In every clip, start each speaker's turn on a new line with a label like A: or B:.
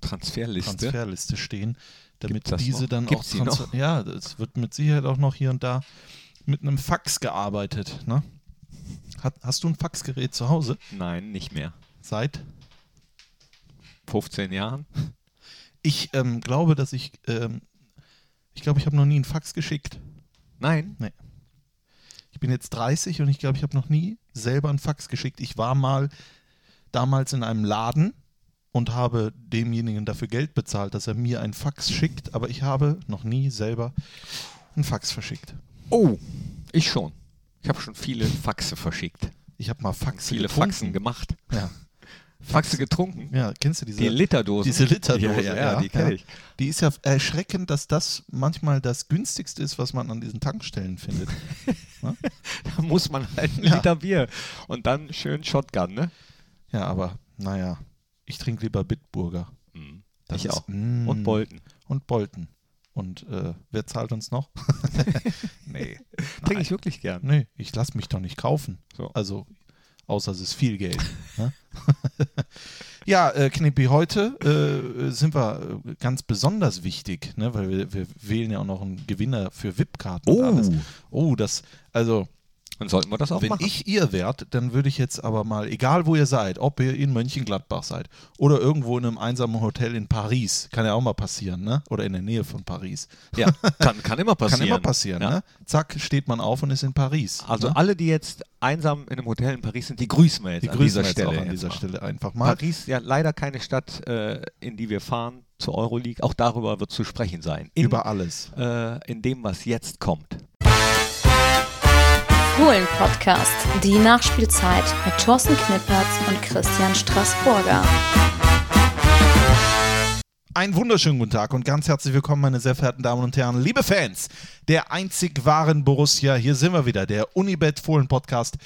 A: Transferliste.
B: Transferliste stehen, damit
A: Gibt's das
B: diese
A: noch?
B: dann
A: Gibt's die
B: auch
A: noch?
B: Ja, es wird mit Sicherheit auch noch hier und da mit einem Fax gearbeitet. Ne? Hat, hast du ein Faxgerät zu Hause?
A: Nein, nicht mehr.
B: Seit
A: 15 Jahren?
B: ich ähm, glaube, dass ich ähm, ich glaube, ich habe noch nie einen Fax geschickt.
A: Nein.
B: Ich bin jetzt 30 und ich glaube, ich habe noch nie selber einen Fax geschickt. Ich war mal damals in einem Laden und habe demjenigen dafür Geld bezahlt, dass er mir einen Fax schickt, aber ich habe noch nie selber einen Fax verschickt.
A: Oh, ich schon. Ich habe schon viele Faxe verschickt.
B: Ich habe mal Faxe
A: Viele
B: getrunken.
A: Faxen gemacht.
B: Ja.
A: Faxe getrunken?
B: ja, kennst du diese
A: Die Literdose.
B: diese Literdose?
A: Ja, ja, ja, die kenne ich.
B: Die ist ja erschreckend, dass das manchmal das günstigste ist, was man an diesen Tankstellen findet.
A: Da muss man halt einen
B: Ja.
A: Liter Bier und dann schön Shotgun, ne?
B: Ja, aber naja, ich trinke lieber Bitburger. Das
A: ich
B: ist-
A: auch.
B: Mm.
A: Hm. Und Bolten.
B: und Bolton. Und äh, wer zahlt uns noch? nee.
A: Trinke ich wirklich gern.
B: Nee, ich lasse mich doch nicht kaufen.
A: So.
B: Also, außer es ist viel Geld. ne? ja, äh, Knippi, heute äh, sind wir äh, ganz besonders wichtig, ne? weil wir, wir wählen ja auch noch einen Gewinner für VIP-Karten.
A: Oh.
B: Und alles. oh, das, also,
A: Dann sollten wir das auch
B: wenn
A: machen.
B: ich ihr wärt, dann würde ich jetzt aber mal, egal wo ihr seid, ob ihr in Mönchengladbach seid oder irgendwo in einem einsamen Hotel in Paris, kann ja auch mal passieren, ne? Oder in der Nähe von Paris.
A: ja, kann, kann immer
B: Kann
A: passieren.
B: immer passieren,
A: Ja.
B: ne? Zack, steht man auf und ist in Paris.
A: Also
B: ne?
A: alle, die jetzt einsam in einem Hotel in Paris sind, die grüßen wir jetzt
B: die
A: an
B: grüßen
A: dieser
B: wir jetzt
A: Stelle.
B: auch an
A: jetzt
B: dieser
A: mal.
B: Stelle einfach mal.
A: Paris, ja leider keine Stadt, äh, in die wir fahren zur Euroleague. Auch darüber wird zu sprechen sein. In,
B: Über alles.
A: äh, in dem, was jetzt kommt.
C: Fohlen Podcast. Die Nachspielzeit mit Thorsten Knippertz und Christian Straßburger.
B: Einen wunderschönen guten Tag und ganz herzlich willkommen, meine sehr verehrten Damen und Herren, liebe Fans der einzig wahren Borussia. Hier sind wir wieder, der Unibet Fohlen Podcast.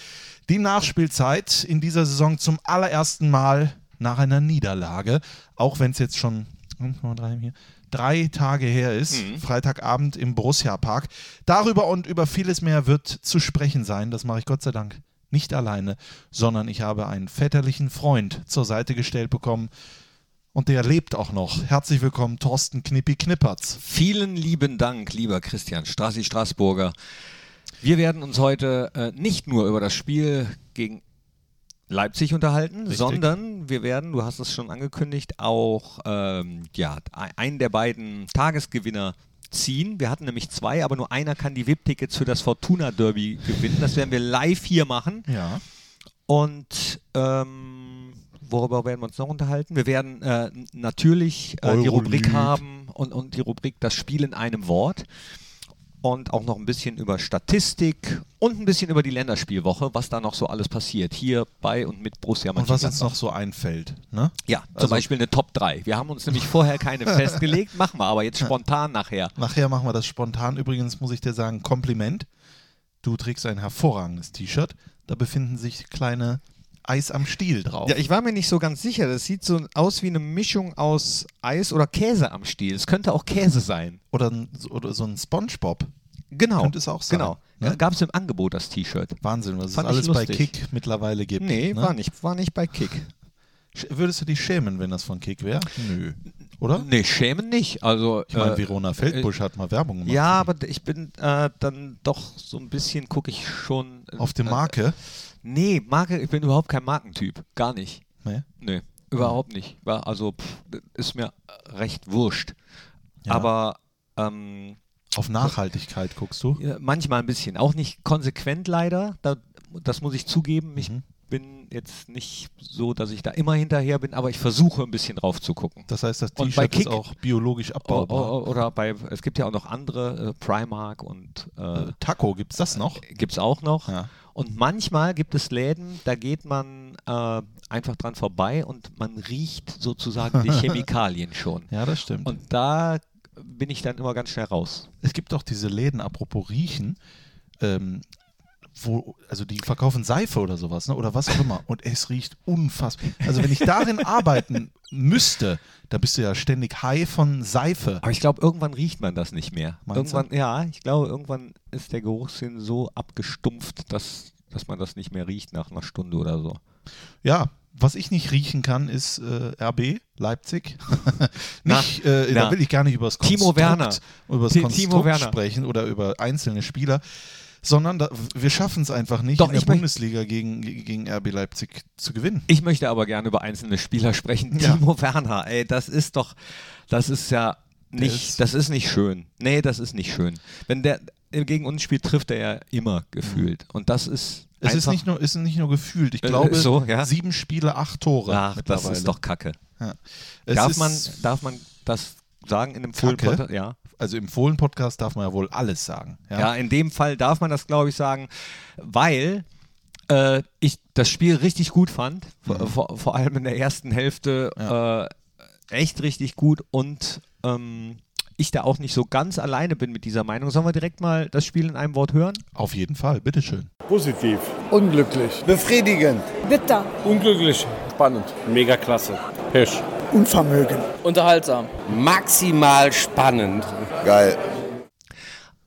B: Die Nachspielzeit in dieser Saison zum allerersten Mal nach einer Niederlage, auch wenn es jetzt schon eins, zwei, drei, vier, drei Tage her ist, Freitagabend im Borussia Park. Darüber und über vieles mehr wird zu sprechen sein. Das mache ich Gott sei Dank nicht alleine, sondern ich habe einen väterlichen Freund zur Seite gestellt bekommen. Und der lebt auch noch. Herzlich willkommen, Thorsten Knippi Knippertz.
A: Vielen lieben Dank, lieber Christian Strassi Straßburger. Wir werden uns heute äh, nicht nur über das Spiel gegen Leipzig unterhalten, sondern wir werden, du hast es schon angekündigt, auch ähm, ja, e- einen der beiden Tagesgewinner ziehen. Wir hatten nämlich zwei, aber nur einer kann die VIP-Tickets für das Fortuna Derby gewinnen. Das werden wir live hier machen.
B: Ja.
A: Und ähm, worüber werden wir uns noch unterhalten? Wir werden äh, n- natürlich äh, die
B: Euroleague.
A: Rubrik haben und, und die Rubrik Das Spiel in einem Wort. Und auch noch ein bisschen über Statistik und ein bisschen über die Länderspielwoche, was da noch so alles passiert. Hier bei und mit Borussia
B: Und was uns
A: Mönchengladbach.
B: noch so einfällt. Ne?
A: Ja, zum
B: also-
A: Beispiel eine Top 3. Wir haben uns nämlich vorher keine festgelegt, machen wir aber jetzt spontan nachher.
B: Nachher machen wir das spontan. Übrigens muss ich dir sagen, Kompliment. Du trägst ein hervorragendes T-Shirt. Da befinden sich kleine Eis am Stiel drauf.
A: Ja, ich war mir nicht so ganz sicher. Das sieht so aus wie eine Mischung aus Eis oder Käse am Stiel. Es könnte auch Käse sein.
B: Oder, ein- so- oder so ein Spongebob.
A: Genau.
B: Könnte es auch sein,
A: Genau.
B: ne?
A: Gab es im Angebot das T-Shirt?
B: Wahnsinn, was es
A: Fand ich
B: alles bei
A: lustig.
B: Kick mittlerweile gibt.
A: Nee,
B: ne?
A: war nicht. War nicht bei Kick.
B: Sch- Würdest du dich schämen, wenn das von Kick wäre? Nö. Oder?
A: Oh, Nee, schämen nicht. Also,
B: Ich meine,
A: äh,
B: Verona Feldbusch hat mal Werbung gemacht.
A: ja, aber d- ich bin äh, dann doch so ein bisschen, gucke ich schon. äh,
B: Auf die
A: äh,
B: Marke.
A: Nee, Marke, ich bin überhaupt kein Markentyp. Gar nicht.
B: Nee.
A: Nee, überhaupt nicht. War, also, pff, ist mir recht wurscht.
B: Ja.
A: Aber ähm,
B: Auf Nachhaltigkeit guckst du.
A: Ja, Manchmal ein bisschen. Auch nicht konsequent leider. Da, das muss ich zugeben. Ich
B: Mhm.
A: bin jetzt nicht so, dass ich da immer hinterher bin, aber ich versuche ein bisschen drauf zu gucken.
B: Das heißt, das
A: Und bei
B: T-Shirt
A: Kick-
B: ist
A: Oh,
B: auch biologisch
A: O-
B: abbaubar.
A: o- Oder bei, es gibt ja auch noch andere, äh, Primark und äh,
B: Äh, Taco, gibt's das noch?
A: gibt es auch noch.
B: Ja.
A: Und manchmal gibt es Läden, da geht man äh, einfach dran vorbei und man riecht sozusagen die Chemikalien schon.
B: Ja, das stimmt.
A: Und da bin ich dann immer ganz schnell raus.
B: es gibt doch diese Läden, apropos Riechen, ähm, wo, also die verkaufen Seife oder sowas, ne? oder was auch immer. Und es riecht unfassbar. Also wenn ich darin arbeiten müsste, da bist du ja ständig high von Seife.
A: Aber ich glaube, irgendwann riecht man das nicht mehr.
B: Meinst du?
A: irgendwann, ja, ich glaube, irgendwann ist der Geruchssinn so abgestumpft, dass, dass man das nicht mehr riecht nach einer Stunde oder so.
B: Ja, was ich nicht riechen kann, ist äh, RB Leipzig. nicht,
A: Na,
B: äh, da
A: na.
B: will ich gar nicht über das Konstrukt,
A: Timo Werner.
B: Über das
A: Ti- Timo
B: Konstrukt
A: Werner.
B: sprechen oder über einzelne Spieler, sondern da, wir schaffen es einfach nicht,
A: Doch,
B: in der
A: ich möcht-
B: Bundesliga gegen, gegen RB Leipzig zu gewinnen.
A: Ich möchte aber gerne über einzelne Spieler sprechen.
B: Ja.
A: Timo Werner, ey, das ist doch, das ist ja nicht,
B: ist-
A: das ist nicht schön. Nee, das ist nicht schön. Wenn der äh, gegen uns spielt, trifft er ja immer gefühlt. Und das ist
B: Mhm. Es
A: einfach,
B: ist nicht, nur, ist nicht nur gefühlt. Ich
A: Äh,
B: glaube,
A: so, ja.
B: sieben Spiele, acht Tore.
A: ach, das
B: mittlerweile.
A: ist doch Kacke.
B: Ja. Es
A: Darf
B: ist-
A: man, darf man das sagen in einem
B: Kacke?
A: Full-Podcast? Ja.
B: also im Fohlen-Podcast darf man ja wohl alles sagen. Ja.
A: Ja, in dem Fall darf man das, glaube ich, sagen, weil äh, ich das Spiel richtig gut fand, vor, vor, vor allem in der ersten Hälfte äh, echt richtig gut und ähm, ich da auch nicht so ganz alleine bin mit dieser Meinung. Sollen wir direkt mal das Spiel in einem Wort hören?
B: Auf jeden Fall, bitteschön.
D: Positiv.
E: Unglücklich.
D: Befriedigend.
E: Bitter.
D: Unglücklich.
E: Spannend.
F: Mega klasse. Pesch.
E: Unvermögen.
G: Unterhaltsam.
F: Maximal spannend.
D: Geil.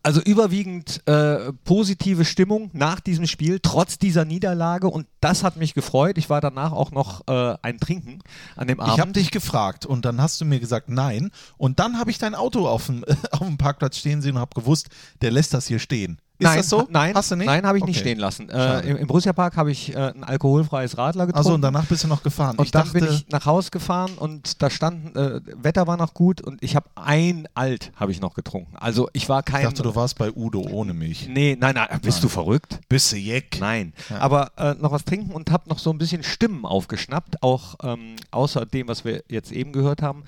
A: Also überwiegend äh, positive Stimmung nach diesem Spiel, trotz dieser Niederlage und das hat mich gefreut. Ich war danach auch noch äh, ein Trinken an dem Abend.
B: Ich habe dich gefragt und dann hast du mir gesagt nein und dann habe ich dein Auto auf dem, auf dem Parkplatz stehen sehen und habe gewusst, der lässt das hier stehen. Ist
A: nein,
B: das so?
A: Nein,
B: hast du nicht?
A: Nein, habe ich nicht
B: Okay.
A: stehen lassen.
B: Schade.
A: Äh, Im im Borussia Park habe ich äh, ein alkoholfreies Radler getrunken.
B: Also und danach bist du noch gefahren.
A: Und
B: ich
A: dann
B: dachte,
A: bin ich nach Haus gefahren und da standen, äh, Wetter war noch gut und ich habe ein Alt habe ich noch getrunken. Also ich war
B: ich
A: kein.
B: dachte, du warst bei Udo ohne mich.
A: nee, nein, nein, bist du verrückt?
B: Bisse Jeck.
A: Nein. Aber äh, noch was trinken und habe noch so ein bisschen Stimmen aufgeschnappt, auch ähm, außer dem, was wir jetzt eben gehört haben.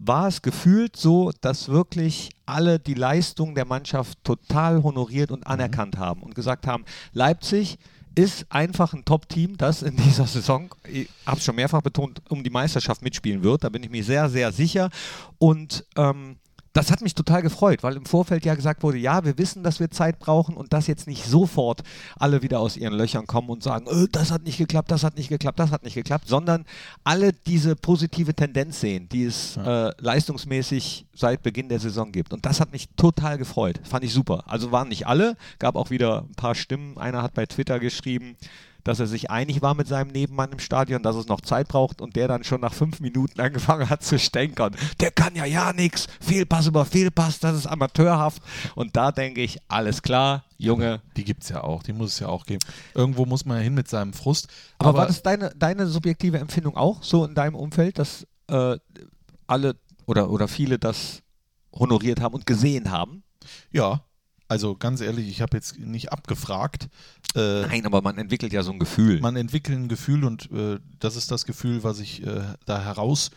A: War es gefühlt so, dass wirklich alle die Leistung der Mannschaft total honoriert und anerkannt haben und gesagt haben, Leipzig ist einfach ein Top-Team, das in dieser Saison, ich habe es schon mehrfach betont, um die Meisterschaft mitspielen wird. Da bin ich mir sehr, sehr sicher. Und ähm, das hat mich total gefreut, weil im Vorfeld ja gesagt wurde, ja, wir wissen, dass wir Zeit brauchen und dass jetzt nicht sofort alle wieder aus ihren Löchern kommen und sagen, äh, das hat nicht geklappt, das hat nicht geklappt, das hat nicht geklappt, sondern alle diese positive Tendenz sehen, die es äh, leistungsmäßig seit Beginn der Saison gibt. Und das hat mich total gefreut, fand ich super. Also waren nicht alle, gab auch wieder ein paar Stimmen. Einer hat bei Twitter geschrieben, dass er sich einig war mit seinem Nebenmann im Stadion, dass es noch Zeit braucht und der dann schon nach fünf Minuten angefangen hat zu stänkern. Der kann ja ja nix, Fehlpass über Fehlpass, das ist amateurhaft. Und da denke ich, alles klar, Junge.
B: Die gibt es ja auch, die muss es ja auch geben. Irgendwo muss man ja hin mit seinem Frust.
A: Aber, war das deine, deine subjektive Empfindung auch so in deinem Umfeld, dass äh, alle oder, oder viele das honoriert haben und gesehen haben?
B: ja, also ganz ehrlich, ich habe jetzt nicht abgefragt. Äh,
A: Nein, aber man entwickelt ja so ein Gefühl.
B: man entwickelt ein Gefühl und äh, das ist das Gefühl, was ich äh, da heraus,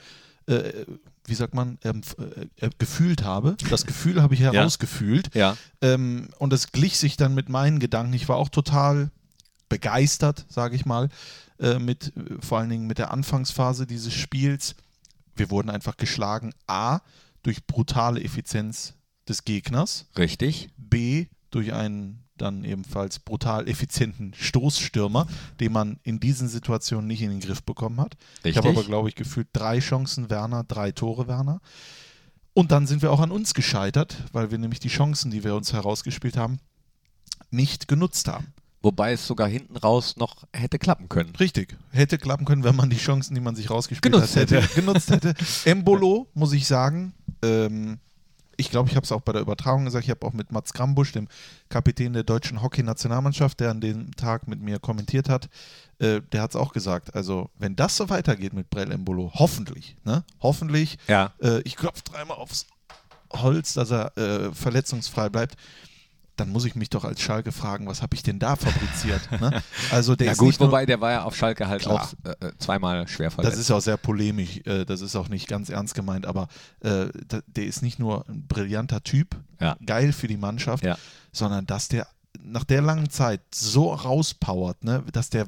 B: äh, wie sagt man, ähm, f- äh, äh, gefühlt habe. Das Gefühl habe ich herausgefühlt.
A: Ja.
B: Ähm, und das glich sich dann mit meinen Gedanken. Ich war auch total begeistert, sage ich mal, äh, mit äh, vor allen Dingen mit der Anfangsphase dieses Spiels. Wir wurden einfach geschlagen. A durch brutale Effizienz des Gegners.
A: Richtig.
B: B durch einen dann ebenfalls brutal effizienten Stoßstürmer, den man in diesen Situationen nicht in den Griff bekommen hat. Ich habe
A: Richtig.
B: aber, glaube ich, gefühlt drei Chancen Werner, drei Tore Werner. Und dann sind wir auch an uns gescheitert, weil wir nämlich die Chancen, die wir uns herausgespielt haben, nicht genutzt haben.
A: Wobei es sogar hinten raus noch hätte klappen können.
B: Richtig. Hätte klappen können, wenn man die Chancen, die man sich rausgespielt
A: Genutzt
B: hat, hätte,
A: hätte.
B: genutzt hätte. Embolo, muss ich sagen, ähm, ich glaube, ich habe es auch bei der Übertragung gesagt, ich habe auch mit Mats Grambusch, dem Kapitän der deutschen Hockey-Nationalmannschaft, der an dem Tag mit mir kommentiert hat, äh, der hat es auch gesagt. Also, wenn das so weitergeht mit Brell Embolo, hoffentlich, ne? Hoffentlich,
A: Ja.
B: äh, ich klopfe dreimal aufs Holz, dass er äh, verletzungsfrei bleibt. Dann muss ich mich doch als Schalke fragen, was habe ich denn da fabriziert? ne? Also der
A: Ja
B: ist
A: gut,
B: nicht nur-
A: wobei der war ja auf Schalke halt
B: Klar.
A: auch äh, äh, zweimal schwer verletzt.
B: Das ist ja auch sehr polemisch, äh, das ist auch nicht ganz ernst gemeint, aber äh, da, der ist nicht nur ein brillanter Typ,
A: Ja.
B: geil für die Mannschaft,
A: Ja.
B: sondern dass der nach der langen Zeit so rauspowert, ne, dass der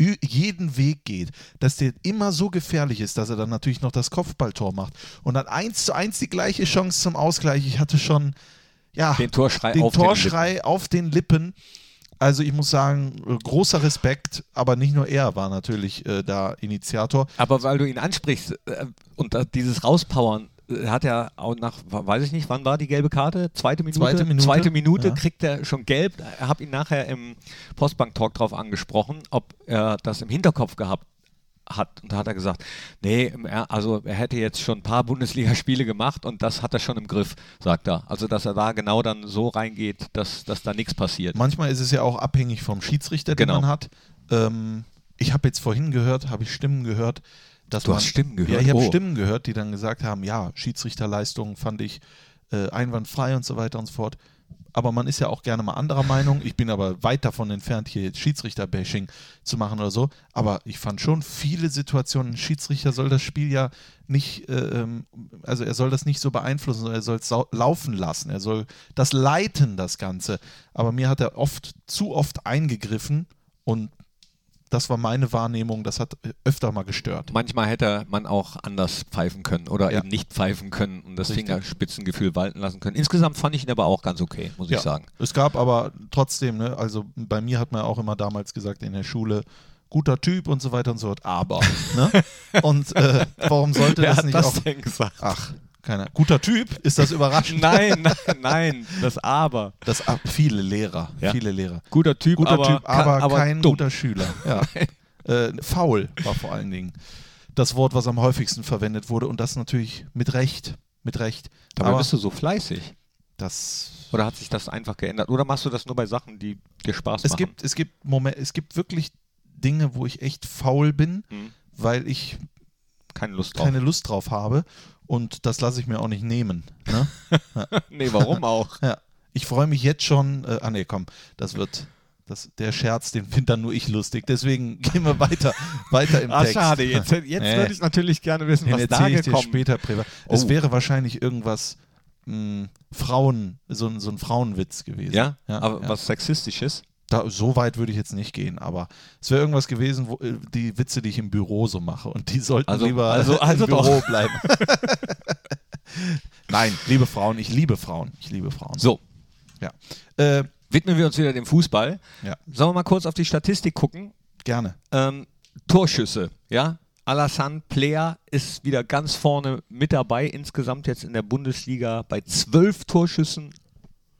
B: ü- jeden Weg geht, dass der immer so gefährlich ist, dass er dann natürlich noch das Kopfballtor macht und dann eins zu eins die gleiche Chance zum Ausgleich. Ich hatte schon ja,
A: Den Torschrei
B: den
A: auf den
B: Torschrei auf den Lippen. Also ich muss sagen, äh, großer Respekt, aber nicht nur er war natürlich äh, da Initiator.
A: Aber weil du ihn ansprichst äh, und da, dieses Rauspowern, äh, hat er auch nach, wa- weiß ich nicht, wann war die gelbe Karte? Zweite Minute?
B: Zweite Minute,
A: Zweite Minute
B: ja.
A: kriegt er schon gelb. Äh, Ich habe ihn nachher im Postbank-Talk drauf angesprochen, ob er das im Hinterkopf gehabt hat. Und da hat er gesagt, nee, im Er- also er hätte jetzt schon ein paar Bundesligaspiele gemacht und das hat er schon im Griff, sagt er. Also dass er da genau dann so reingeht, dass, dass da nichts passiert.
B: Manchmal ist es ja auch abhängig vom Schiedsrichter, den
A: Genau.
B: man hat. Ähm, ich habe jetzt vorhin gehört, habe ich Stimmen gehört, dass
A: Du
B: man,
A: hast Stimmen gehört?
B: Ja, ich habe
A: Oh.
B: Stimmen gehört, die dann gesagt haben, ja, Schiedsrichterleistung fand ich äh, einwandfrei und so weiter und so fort. Aber man ist ja auch gerne mal anderer Meinung. Ich bin aber weit davon entfernt, hier jetzt Schiedsrichter-Bashing zu machen oder so. Aber ich fand schon viele Situationen, ein Schiedsrichter soll das Spiel ja nicht, äh, ähm, also er soll das nicht so beeinflussen, sondern er soll es sau- laufen lassen. Er soll das leiten, das Ganze. Aber mir hat er oft, zu oft eingegriffen und das war meine Wahrnehmung, das hat äh, öfter mal gestört.
A: Manchmal hätte man auch anders pfeifen können oder
B: Ja.
A: eben nicht pfeifen können und das
B: Richtig.
A: Fingerspitzengefühl walten lassen können. Insgesamt fand ich ihn aber auch ganz okay, muss ich sagen.
B: Es gab aber trotzdem, ne, also bei mir hat man auch immer damals gesagt in der Schule, guter Typ und so weiter und so fort, aber. Ne? Und äh, warum sollte das nicht auch.
A: denn gesagt?
B: Ach, keiner. Guter Typ, ist das überraschend?
A: Nein, nein, nein, das Aber.
B: Das ab viele Lehrer,
A: Ja.
B: viele Lehrer.
A: Guter Typ,
B: Guter
A: aber,
B: Typ, aber,
A: aber
B: kein
A: dumm.
B: guter Schüler. Ja. äh, faul war vor allen Dingen das Wort, was am häufigsten verwendet wurde und das natürlich mit Recht, mit Recht.
A: Dabei
B: aber
A: bist du so fleißig.
B: das
A: Oder hat sich das einfach geändert? Oder machst du das nur bei Sachen, die dir Spaß
B: es
A: machen?
B: gibt, es gibt Moment, es gibt wirklich Dinge, wo ich echt faul bin,
A: Mhm.
B: weil ich
A: keine Lust drauf.
B: keine Lust drauf habe und das lasse ich mir auch nicht nehmen. Ne?
A: nee, warum auch?
B: Ja. Ich freue mich jetzt schon. Äh, ah nee, komm, das wird. Das, der Scherz, den finde dann nur ich lustig. Deswegen gehen wir weiter, weiter im
A: Ah,
B: Text.
A: schade. Jetzt, jetzt
B: Nee.
A: würde ich natürlich gerne wissen,
B: Den
A: was da
B: erzähle ich dir
A: gekommen
B: später privat. Es
A: Oh.
B: wäre wahrscheinlich irgendwas mh, Frauen, so, ein- so ein Frauenwitz gewesen.
A: Ja?
B: ja
A: aber
B: ja.
A: was Sexistisches?
B: Da, so weit würde ich jetzt nicht gehen, aber es wäre irgendwas gewesen, wo, äh, die Witze, die ich im Büro so mache. Und die sollten
A: Also-
B: lieber
A: also- also
B: im
A: doch.
B: Büro bleiben. Nein, liebe Frauen, ich liebe Frauen. Ich liebe Frauen.
A: So,
B: Ja. Äh,
A: widmen wir uns wieder dem Fußball.
B: ja,
A: Sollen wir mal kurz auf die Statistik gucken?
B: gerne.
A: Ähm, Torschüsse, ja. Alassane Player ist wieder ganz vorne mit dabei, insgesamt jetzt in der Bundesliga bei zwölf Torschüssen.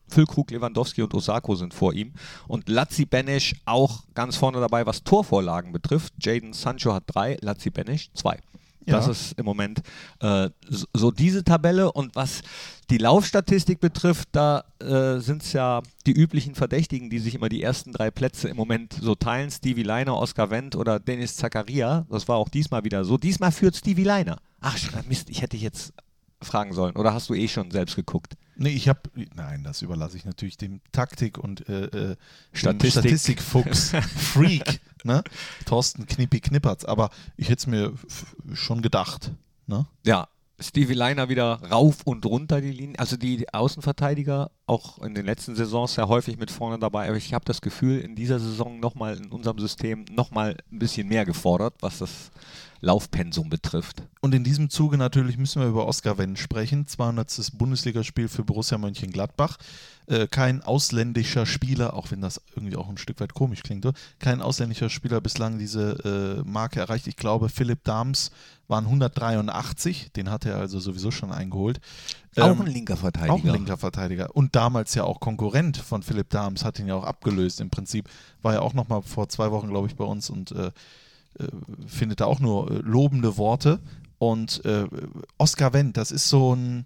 A: Füllkrug, Lewandowski und Osako sind vor ihm. Und Lazzi Benesch auch ganz vorne dabei, was Torvorlagen betrifft. Jaden Sancho hat drei, Lazzi Benesch zwei.
B: Ja.
A: Das ist im Moment äh, so- so diese Tabelle. Und was die Laufstatistik betrifft, da äh, sind es ja die üblichen Verdächtigen, die sich immer die ersten drei Plätze im Moment so teilen. Stevie Leiner, Oskar Wendt oder Dennis Zakaria. Das war auch diesmal wieder so. Diesmal führt Stevie Leiner. Ach, Mist, ich hätte dich jetzt fragen sollen. Oder hast du eh schon selbst geguckt?
B: Nee, ich habe. Nein, das überlasse ich natürlich dem Taktik- und äh, äh, dem
A: Statistik.
B: Statistikfuchs. Freak. Ne? Thorsten Knippi-Knippertz. Aber ich hätte es mir f- schon gedacht. Ne?
A: Ja, Stevie Leiner wieder rauf und runter die Linie. Also die Außenverteidiger auch in den letzten Saisons sehr häufig mit vorne dabei. Aber ich habe das Gefühl, in dieser Saison nochmal in unserem System nochmal ein bisschen mehr gefordert, was das Laufpensum betrifft.
B: Und in diesem Zuge natürlich müssen wir über Oskar Wendt sprechen. 200. Bundesligaspiel für Borussia Mönchengladbach. Äh, kein ausländischer Spieler, auch wenn das irgendwie auch ein Stück weit komisch klingt, oder? kein ausländischer Spieler bislang diese äh, Marke erreicht. Ich glaube, Philipp Dahms waren 183. Den hat er also sowieso schon eingeholt. Ähm,
A: linker
B: auch ein
A: Verteidiger.
B: linker Verteidiger. Und damals ja auch Konkurrent von Philipp Dahms, hat ihn ja auch abgelöst. Im Prinzip war er auch nochmal vor zwei Wochen, glaube ich, bei uns und äh, äh, findet da auch nur äh, lobende Worte. Und äh, Oskar Wendt, das ist so ein,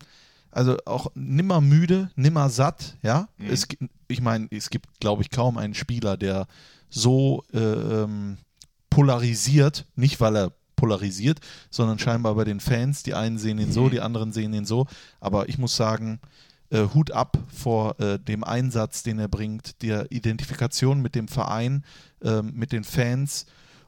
B: also auch nimmer müde, nimmer satt, ja. Es, gi- ich meine, es gibt, glaube ich, kaum einen Spieler, der so äh, ähm, polarisiert, nicht weil er polarisiert, sondern scheinbar bei den Fans. Die einen sehen ihn
A: Mhm.
B: so, die anderen sehen ihn so. Aber ich muss sagen, äh, Hut ab vor äh, dem Einsatz, den er bringt, der Identifikation mit dem Verein, ähm, mit den Fans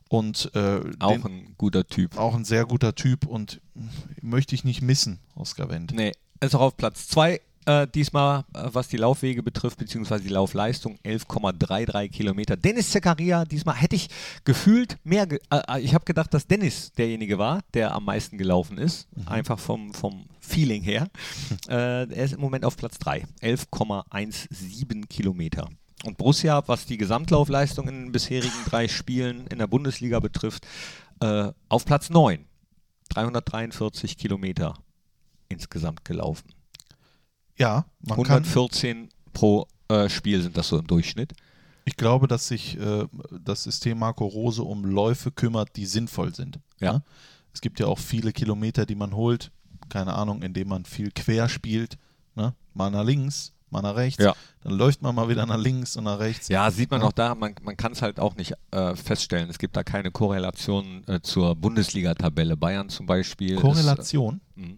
B: und äh,
A: Auch
B: den,
A: ein guter Typ.
B: auch ein sehr guter Typ und äh, möchte ich nicht missen, Oskar Wendt.
A: Nee, ist auch auf Platz 2 äh, diesmal, äh, was die Laufwege betrifft, beziehungsweise die Laufleistung, 11,33 Kilometer. Dennis Zakaria, diesmal hätte ich gefühlt mehr, ge äh, äh, ich habe gedacht, dass Dennis derjenige war, der am meisten gelaufen ist, einfach vom, vom Feeling her. Äh, er ist im Moment auf Platz 3, 11,17 Kilometer. Und Borussia, was die Gesamtlaufleistung in den bisherigen drei Spielen in der Bundesliga betrifft, äh, auf Platz 9, 343 Kilometer insgesamt gelaufen.
B: Ja, man kann,
A: 114 pro äh, Spiel sind das so im Durchschnitt.
B: Ich glaube, dass sich äh, das System Marco Rose um Läufe kümmert, die sinnvoll sind.
A: Ja.
B: Es gibt ja auch viele Kilometer, die man holt, keine Ahnung, indem man viel quer spielt. Ne? Mal nach links, mal nach rechts.
A: Ja.
B: Dann läuft man mal wieder nach links und nach rechts.
A: Ja, sieht man
B: Ja.
A: auch da, man, man kann es halt auch nicht äh, feststellen. Es gibt da keine Korrelation äh, zur Bundesliga-Tabelle. Bayern zum Beispiel. Ist,
B: Korrelation.
A: äh, mh,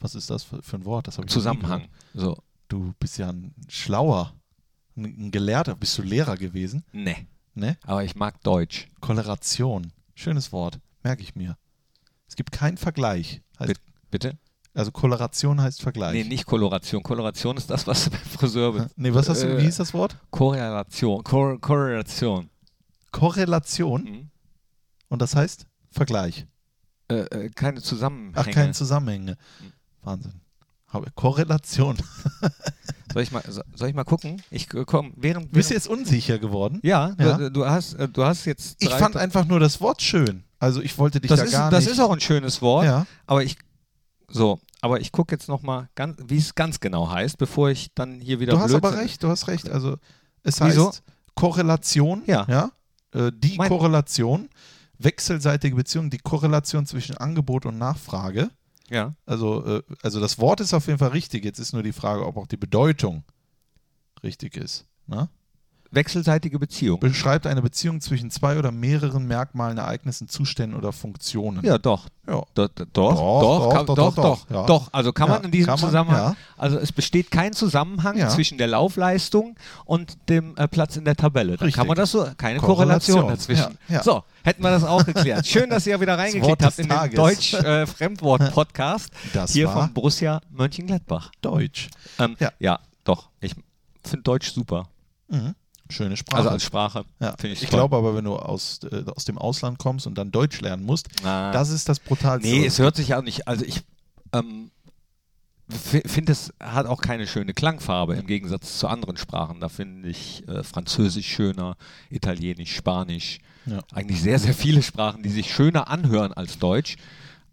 B: Was ist das für, für ein Wort? Das hab ich noch nie
A: Zusammenhang.
B: gehört.
A: So.
B: Du bist ja ein Schlauer, ein, ein Gelehrter. Bist du Lehrer gewesen?
A: Ne.
B: Ne?
A: Aber ich mag Deutsch.
B: Korrelation. Schönes Wort. Merke ich mir. Es gibt keinen Vergleich. Heißt,
A: Bit- Bitte?
B: also Korrelation heißt Vergleich.
A: Nee, nicht Koloration. Koloration ist das, was du beim Friseur bist.
B: Nee, was hast du,
A: Äh,
B: wie hieß das Wort?
A: Korrelation. Kor Korrelation.
B: Korrelation.
A: Mhm.
B: Und das heißt Vergleich.
A: Äh, äh, keine Zusammenhänge.
B: Ach, keine Zusammenhänge.
A: Mhm.
B: Wahnsinn. Habe- Korrelation.
A: soll, ich mal, so- soll ich mal gucken? Ich äh, komm, während.
B: Bist du
A: während
B: jetzt unsicher geworden?
A: ja,
B: Ja.
A: Du, du, hast, äh, du hast jetzt.
B: Ich
A: drei-
B: fand einfach nur das Wort schön. Also ich wollte dich
A: das
B: da
A: ist,
B: gar
A: das
B: nicht.
A: ist auch ein schönes Wort.
B: Ja.
A: Aber ich so, aber ich gucke jetzt noch mal ganz, wie es ganz genau heißt, bevor ich dann hier wieder
B: Du hast aber
A: Blödsinn-
B: recht, du hast recht. Also es heißt
A: Wieso?
B: Korrelation,
A: Ja.
B: Äh, die
A: Mein-
B: Korrelation, wechselseitige Beziehung, die Korrelation zwischen Angebot und Nachfrage.
A: Ja.
B: Also, äh, also das Wort ist auf jeden Fall richtig. Jetzt ist nur die Frage, ob auch die Bedeutung richtig ist. Ne?
A: Wechselseitige Beziehung.
B: Beschreibt eine Beziehung zwischen zwei oder mehreren Merkmalen, Ereignissen, Zuständen oder Funktionen.
A: ja, doch.
B: Ja.
A: Doch, doch, doch, kann- doch, doch, doch,
B: ja.
A: Also kann
B: Ja,
A: man in diesem
B: kann man,
A: Zusammenhang,
B: ja.
A: also es besteht kein Zusammenhang
B: Ja.
A: zwischen der Laufleistung und dem äh, Platz in der Tabelle. Da
B: Richtig.
A: kann man das so, keine
B: Korrelation.
A: Korrelation, dazwischen.
B: Ja, ja.
A: So, hätten wir das auch geklärt. Schön, dass ihr wieder
B: Wort
A: reingeklickt
B: des
A: habt in den
B: Tages.
A: Deutsch-Fremdwort-Podcast
B: Das
A: hier
B: war-
A: von Borussia Mönchengladbach.
B: Deutsch.
A: Ähm,
B: Ja.
A: ja. doch. Ich finde Deutsch super.
B: Mhm. Schöne Sprache.
A: Also als Sprache.
B: Ja,
A: Finde
B: ich
A: ich toll.
B: glaube aber, wenn du aus, äh, aus dem Ausland kommst und dann Deutsch lernen musst,
A: Ah.
B: das ist das Brutalste.
A: Nee, es hört sich ja nicht. Also ich ähm, finde, es hat auch keine schöne Klangfarbe im Gegensatz zu anderen Sprachen. Da finde ich äh, Französisch schöner, Italienisch, Spanisch.
B: Ja.
A: Eigentlich sehr, sehr viele Sprachen, die sich schöner anhören als Deutsch.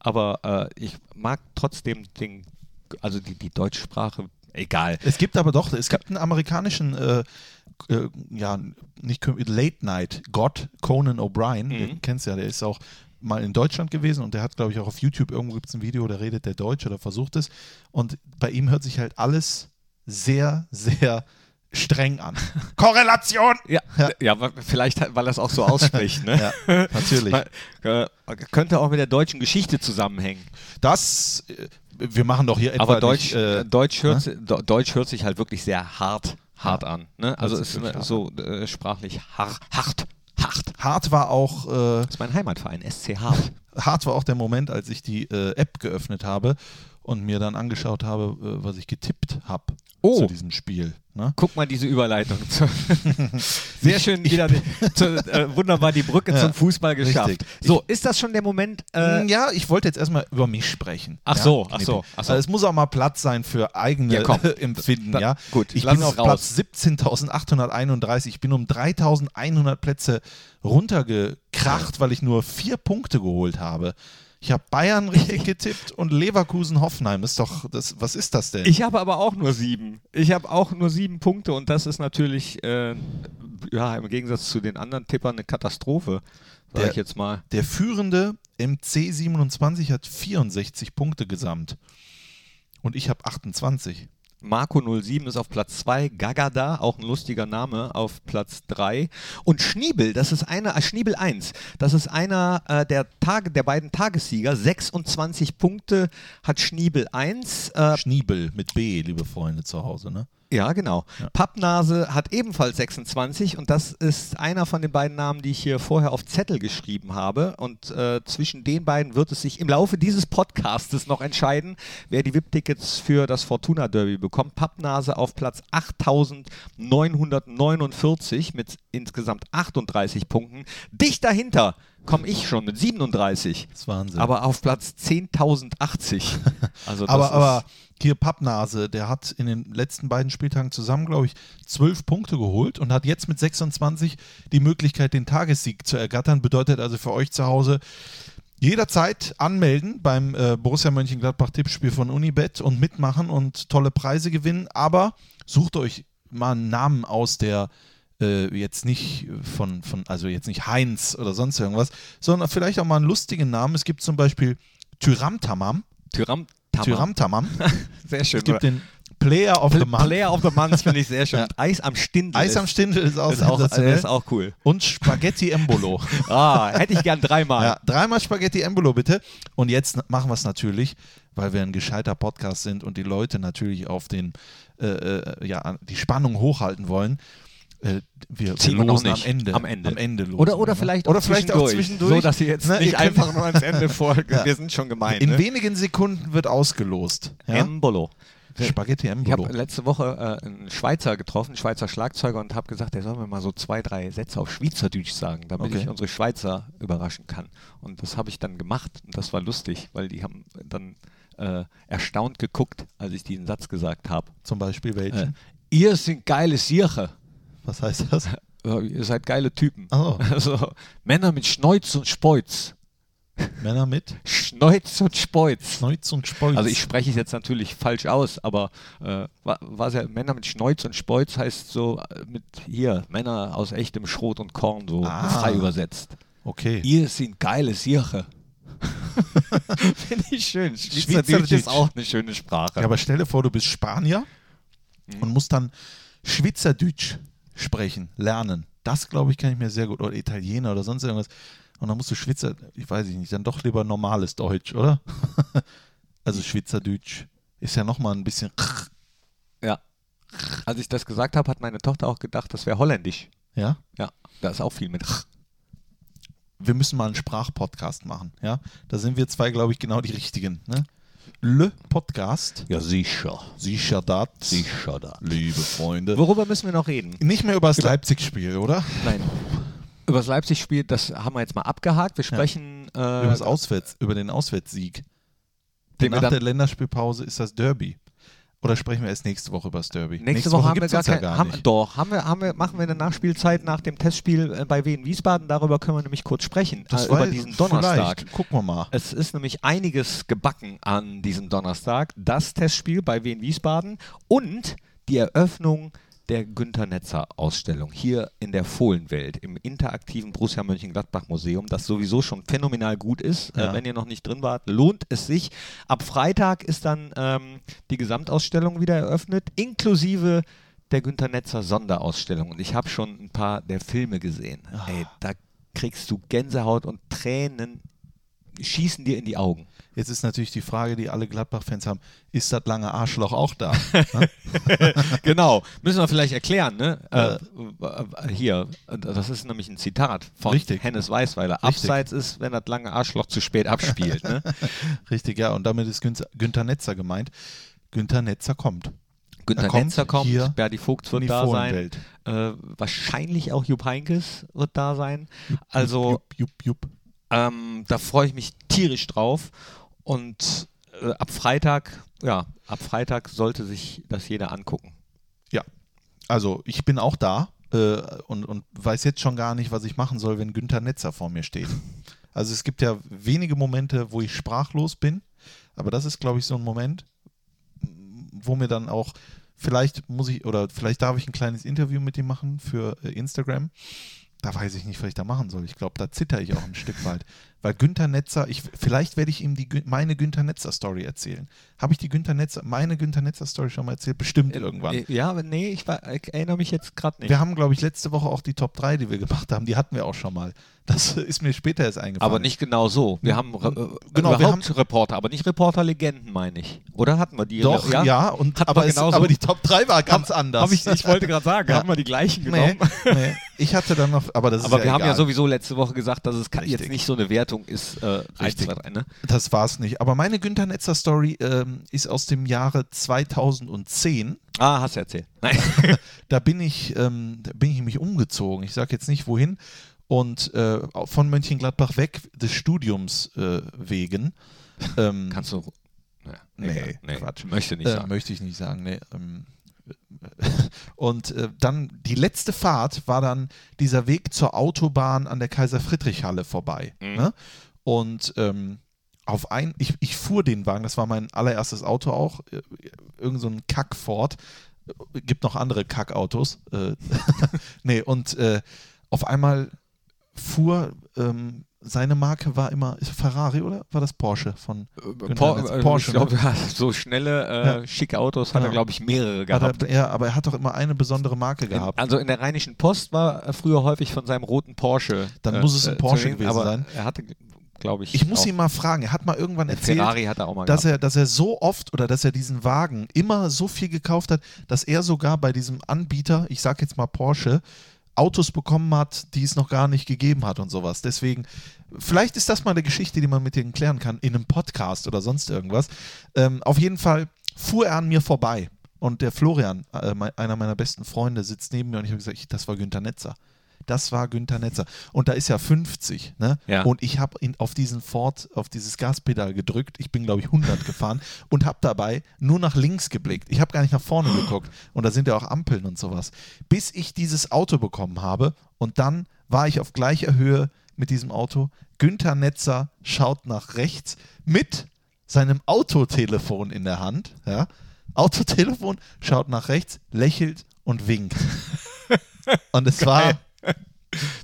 A: Aber äh, ich mag trotzdem den, also die, die Deutschsprache, egal.
B: es gibt aber doch, es gibt einen amerikanischen, äh, äh, ja, nicht Kö- Late Night Gott, Conan
A: Mhm.
B: O'Brien, den kennst du ja, der ist auch mal in Deutschland gewesen und der hat, glaube ich, auch auf YouTube irgendwo gibt es ein Video, da redet der Deutsch oder versucht es. Und bei ihm hört sich halt alles sehr, sehr streng an. Korrelation!
A: Ja, ja. wa- vielleicht, hat- weil das auch so ausspricht. Ne?
B: Ja, natürlich.
A: Äh, könnte auch mit der deutschen Geschichte zusammenhängen.
B: Das, äh, wir machen doch hier etwa
A: Aber Deutsch,
B: nicht, äh,
A: äh, Deutsch, hört, si- Do- Deutsch hört sich halt wirklich sehr hart, hart an. Ne? Also
B: Hört
A: es
B: sich
A: ist ne,
B: wirklich
A: so äh, sprachlich har, hart, hart. Das
B: Hart war auch äh,
A: ist mein Heimatverein, SC Hart.
B: hart war auch der Moment, als ich die äh, App geöffnet habe und mir dann angeschaut habe, äh, was ich getippt habe
A: Oh.
B: zu diesem Spiel. Ne?
A: Guck mal diese Überleitung. Zu- Sehr schön wieder die, zu, äh, wunderbar die Brücke
B: Ja,
A: zum Fußball geschafft.
B: richtig.
A: So, ist das schon der Moment? Äh,
B: ja, ich wollte jetzt erstmal über mich sprechen.
A: Ach
B: ja?
A: so, ach so, ach so.
B: Also es muss auch mal Platz sein für eigene äh,
A: Ja, komm.
B: Empfinden.
A: Da-
B: ja?
A: gut,
B: ich
A: lass
B: bin
A: es
B: auf
A: raus.
B: Platz 17.831. Ich bin um 3.100 Plätze runtergekracht, weil ich nur vier Punkte geholt habe. Ich habe Bayern richtig getippt und Leverkusen Hoffenheim. Ist doch, das, was ist das denn?
A: ich habe aber auch nur sieben. Ich habe auch nur sieben Punkte und das ist natürlich äh, ja, im Gegensatz zu den anderen Tippern eine Katastrophe, sag
B: Der-
A: ich jetzt mal.
B: Der führende MC27 hat 64 Punkte gesamt. Und ich habe 28.
A: Marco 07 ist auf Platz 2, Gagada, auch ein lustiger Name, auf Platz 3. Und Schniebel, das ist einer, äh, Schniebel 1, das ist einer äh, der, Tage, der beiden Tagessieger. 26 Punkte hat Schniebel 1. Äh,
B: Schniebel mit B, liebe Freunde zu Hause, ne?
A: ja, genau. Pappnase hat ebenfalls 26 und das ist einer von den beiden Namen, die ich hier vorher auf Zettel geschrieben habe. Und äh, zwischen den beiden wird es sich im Laufe dieses Podcastes noch entscheiden, wer die VIP-Tickets für das Fortuna Derby bekommt. Pappnase auf Platz 8949 mit insgesamt 38 Punkten. Dicht dahinter komme ich schon mit 37.
B: Das ist Wahnsinn.
A: Aber auf Platz 10.080. Also das
B: aber,
A: ist-
B: aber hier Pappnase, der hat in den letzten beiden Spieltagen zusammen, glaube ich, 12 Punkte geholt und hat jetzt mit 26 die Möglichkeit, den Tagessieg zu ergattern. Bedeutet also für euch zu Hause, jederzeit anmelden beim äh, Borussia Mönchengladbach Tippspiel von Unibet und mitmachen und tolle Preise gewinnen. Aber sucht euch mal einen Namen aus, der äh, äh, jetzt nicht von, von, also jetzt nicht Heinz oder sonst irgendwas, sondern vielleicht auch mal einen lustigen Namen. Es gibt zum Beispiel Tyramtamam.
A: Tyram Tamam.
B: Tyramtamam.
A: Sehr schön.
B: Es gibt den Player of the Month.
A: Player of the Month finde ich sehr schön. Eis am Stindel.
B: Eis am
A: ist-
B: Stindel ist auch,
A: ist auch,
B: sensationell.
A: ist auch cool.
B: Und Spaghetti Embolo.
A: Ah, hätte ich gern dreimal.
B: Ja, dreimal Spaghetti Embolo bitte. Und jetzt n- machen wir es natürlich, weil wir ein gescheiter Podcast sind und die Leute natürlich auf den, äh, äh, ja, an- die Spannung hochhalten wollen. Äh, wir, wir
A: Ziehen wir noch
B: losen
A: nicht.
B: am Ende.
A: Am Ende.
B: Am Ende losen
A: Oder, oder
B: wir, ne?
A: vielleicht,
B: oder
A: auch,
B: vielleicht
A: zwischendurch,
B: auch zwischendurch.
A: So, dass sie jetzt
B: Ne, ihr
A: nicht
B: könnt-
A: einfach nur ans Ende folgen. Wir sind schon gemein.
B: In
A: ne?
B: wenigen Sekunden wird ausgelost. Ja?
A: Embolo.
B: Spaghetti
A: Ich habe
B: Embolo.
A: letzte Woche äh, einen Schweizer getroffen, einen Schweizer Schlagzeuger, und habe gesagt, der soll mir mal so zwei, drei Sätze auf Schweizerdeutsch sagen, damit
B: Okay.
A: ich unsere Schweizer überraschen kann. Und das habe ich dann gemacht. Und das war lustig, weil die haben dann äh, erstaunt geguckt, als ich diesen Satz gesagt habe.
B: Zum Beispiel
A: Äh,
B: welchen?
A: ihr sind geile Sirche.
B: Was heißt das?
A: Äh, ihr seid geile Typen.
B: Oh.
A: Also, Männer mit Schneuz und Speuz.
B: Männer mit
A: Schneuz und Speuz.
B: Schneuz und Spolz.
A: Also ich spreche es jetzt natürlich falsch aus, aber äh, wa- was ja Männer mit Schneuz und Speuz heißt so äh, mit hier Männer aus echtem Schrot und Korn so
B: Ah.
A: frei übersetzt.
B: okay.
A: Ihr sind geile Sirche. Finde ich schön. Schweizerdeutsch
B: Schweizerdeutsch.
A: ist auch eine schöne Sprache.
B: Ja, aber stell dir vor, du bist Spanier und musst dann Schweizerdeutsch sprechen, lernen. Das, glaube ich, kann ich mir sehr gut. Oder Italiener oder sonst irgendwas. Und dann musst du Schweizer, ich weiß ich nicht, dann doch lieber normales Deutsch, oder? also Schweizerdeutsch ist ja nochmal ein bisschen.
A: ja. Als ich das gesagt habe, hat meine Tochter auch gedacht, das wäre holländisch.
B: Ja?
A: Ja, da ist auch viel mit.
B: Wir müssen mal einen Sprachpodcast machen, ja? Da sind wir zwei, glaube ich, genau die richtigen. Ne? Le Podcast.
A: Ja, sicher.
B: Sicher dat.
A: Sicher da.
B: Liebe Freunde.
A: Worüber müssen wir noch reden?
B: Nicht mehr über das Leipzig-Spiel, oder?
A: Nein. Über das Leipzig-Spiel, das haben wir jetzt mal abgehakt. Wir sprechen äh,
B: Über, das Auswärts, über den Auswärtssieg.
A: Den wir
B: Nach
A: dann-
B: der Länderspielpause ist das Derby. Oder sprechen wir erst nächste Woche über das Derby?
A: Nächste, Woche, haben wir
B: gibt's
A: gar
B: uns
A: kein,
B: gar
A: haben,
B: nicht.
A: doch, haben wir, haben wir, machen wir eine Nachspielzeit nach dem Testspiel äh, bei Wien Wiesbaden. Darüber können wir nämlich kurz sprechen,
B: Das
A: äh, über
B: weiß-
A: diesen Donnerstag.
B: Ah, vielleicht. Gucken wir mal.
A: Es ist nämlich einiges gebacken an diesem Donnerstag. Das Testspiel bei Wien Wiesbaden und die Eröffnung der Günter Netzer Ausstellung hier in der Fohlenwelt im interaktiven Borussia Mönchengladbach Museum, das sowieso schon phänomenal gut ist.
B: Ja.
A: Äh, wenn ihr noch nicht drin wart, lohnt es sich. Ab Freitag ist dann ähm, die Gesamtausstellung wieder eröffnet, inklusive der Günter Netzer Sonderausstellung. Und ich habe schon ein paar der Filme gesehen. Ey, da kriegst du Gänsehaut und Tränen schießen dir in die Augen.
B: Jetzt ist natürlich die Frage, die alle Gladbach-Fans haben: Ist das lange Arschloch auch da?
A: Genau, müssen wir vielleicht erklären, ne? Äh, äh, hier, äh, das ist nämlich ein Zitat von
B: Richtig.
A: Hennes Weißweiler.
B: Richtig.
A: Abseits ist, wenn das lange Arschloch zu spät abspielt. Ne?
B: Richtig, ja. Und damit ist Günzer, Günther Netzer gemeint. Günther Netzer kommt.
A: Günter
B: Er kommt
A: Netzer kommt,
B: hier
A: Berdi Vogt
B: in
A: wird
B: die
A: da sein.
B: Fohlenwelt.
A: Äh, wahrscheinlich auch Jupp Heinkes wird da sein. Also
B: Jupp, jupp, jupp.
A: ähm, da freue ich mich tierisch drauf. Und äh, ab Freitag, ja, ab Freitag sollte sich das jeder angucken.
B: Ja, also ich bin auch da äh, und, und weiß jetzt schon gar nicht, was ich machen soll, wenn Günther Netzer vor mir steht. Also es gibt ja wenige Momente, wo ich sprachlos bin, aber das ist, glaube ich, so ein Moment, m, wo mir dann auch, vielleicht muss ich oder vielleicht darf ich ein kleines Interview mit ihm machen für äh, Instagram. Da weiß ich nicht, was ich da machen soll. Ich glaube, da zitter ich auch ein Stück weit. Weil Günther Netzer, ich, vielleicht werde ich ihm die, Gün- meine Günther Netzer-Story erzählen. Habe ich die Günther Netzer, meine Günther Netzer-Story schon mal erzählt? Bestimmt irgendwann.
A: Äh, Ja, aber nee, ich, war, ich erinnere mich jetzt gerade nicht.
B: Wir haben, glaube ich, letzte Woche auch die Top 3, die wir gemacht haben, die hatten wir auch schon mal. Das ist mir später erst eingefallen.
A: Aber nicht genau so. Wir haben Re äh,
B: Genau, wir
A: überhaupt Reporter, aber nicht Reporterlegenden, meine ich. Oder hatten wir die?
B: Doch, ja, und,
A: Hat
B: aber,
A: man
B: es,
A: genauso.
B: aber die Top 3 war ganz anders.
A: Hab ich, ich wollte gerade sagen,
B: Ja.
A: haben wir die gleichen
B: nee,
A: genommen.
B: nee, ich hatte dann noch, aber das
A: Aber
B: ist
A: wir
B: ja
A: haben
B: egal.
A: ja sowieso letzte Woche gesagt, dass es ka-
B: Richtig.
A: jetzt nicht so eine Wertung ist. Äh, eins,
B: Richtig.
A: zwei, drei, ne?
B: Das war's nicht. Aber meine Günther Netzer Story ähm, ist aus dem Jahre 2010.
A: Ah, hast du erzählt. Nein.
B: da bin ich, ähm, da bin ich nämlich umgezogen. Ich sage jetzt nicht wohin. Und äh, von Mönchengladbach weg des Studiums äh, wegen. Ähm,
A: Kannst du. Naja,
B: Nee,
A: egal. Ähm,
B: Quatsch.
A: Möchte nicht
B: äh,
A: sagen.
B: Möchte ich nicht sagen, nee. Ähm, und äh, dann die letzte Fahrt war dann dieser Weg zur Autobahn an der Kaiser-Friedrich-Halle vorbei.
A: Mhm.
B: Ne? Und ähm, auf ein, ich, ich fuhr den Wagen, das war mein allererstes Auto auch, äh, irgend so ein Kack-Ford, gibt noch andere Kackautos. Äh, nee, und äh, auf einmal fuhr, ähm, seine Marke war immer ist Ferrari, oder? War das Porsche von Günther Netz?
A: äh,
B: Porsche,
A: ich glaub,
B: ne?
A: so schnelle, äh, schicke Autos hat
B: Ja.
A: er, glaube ich, mehrere
B: Hat
A: gehabt.
B: er, ja, aber er hat doch immer eine besondere Marke
A: In,
B: gehabt.
A: also in der Rheinischen Post war er früher häufig von seinem roten Porsche. äh,
B: Dann muss es ein
A: zu
B: Porsche
A: sehen,
B: gewesen
A: aber
B: sein.
A: Er hatte, glaube ich,
B: ich muss
A: auch-
B: ihn mal fragen. Er hat mal irgendwann
A: Ein
B: erzählt,
A: Ferrari hat er auch mal
B: dass
A: gehabt.
B: er, dass er so oft oder dass er diesen Wagen immer so viel gekauft hat, dass er sogar bei diesem Anbieter, ich sag jetzt mal Porsche, Autos bekommen hat, die es noch gar nicht gegeben hat und sowas. Deswegen, vielleicht ist das mal eine Geschichte, die man mit denen klären kann, in einem Podcast oder sonst irgendwas. Ähm, auf jeden Fall fuhr er an mir vorbei und der Florian, äh, mein, einer meiner besten Freunde, sitzt neben mir und ich habe gesagt, ich, das war Günther Netzer. Das war Günther Netzer. Und da ist ja 50, ne?
A: Ja.
B: Und ich habe ihn auf diesen Ford, auf dieses Gaspedal gedrückt. Ich bin, glaube ich, 100 gefahren und habe dabei nur nach links geblickt. Ich habe gar nicht nach vorne geguckt. Und da sind ja auch Ampeln und sowas. Bis ich dieses Auto bekommen habe und dann war ich auf gleicher Höhe mit diesem Auto. Günther Netzer schaut nach rechts mit seinem Autotelefon in der Hand. Ja? Autotelefon schaut nach rechts, lächelt und winkt. Und es war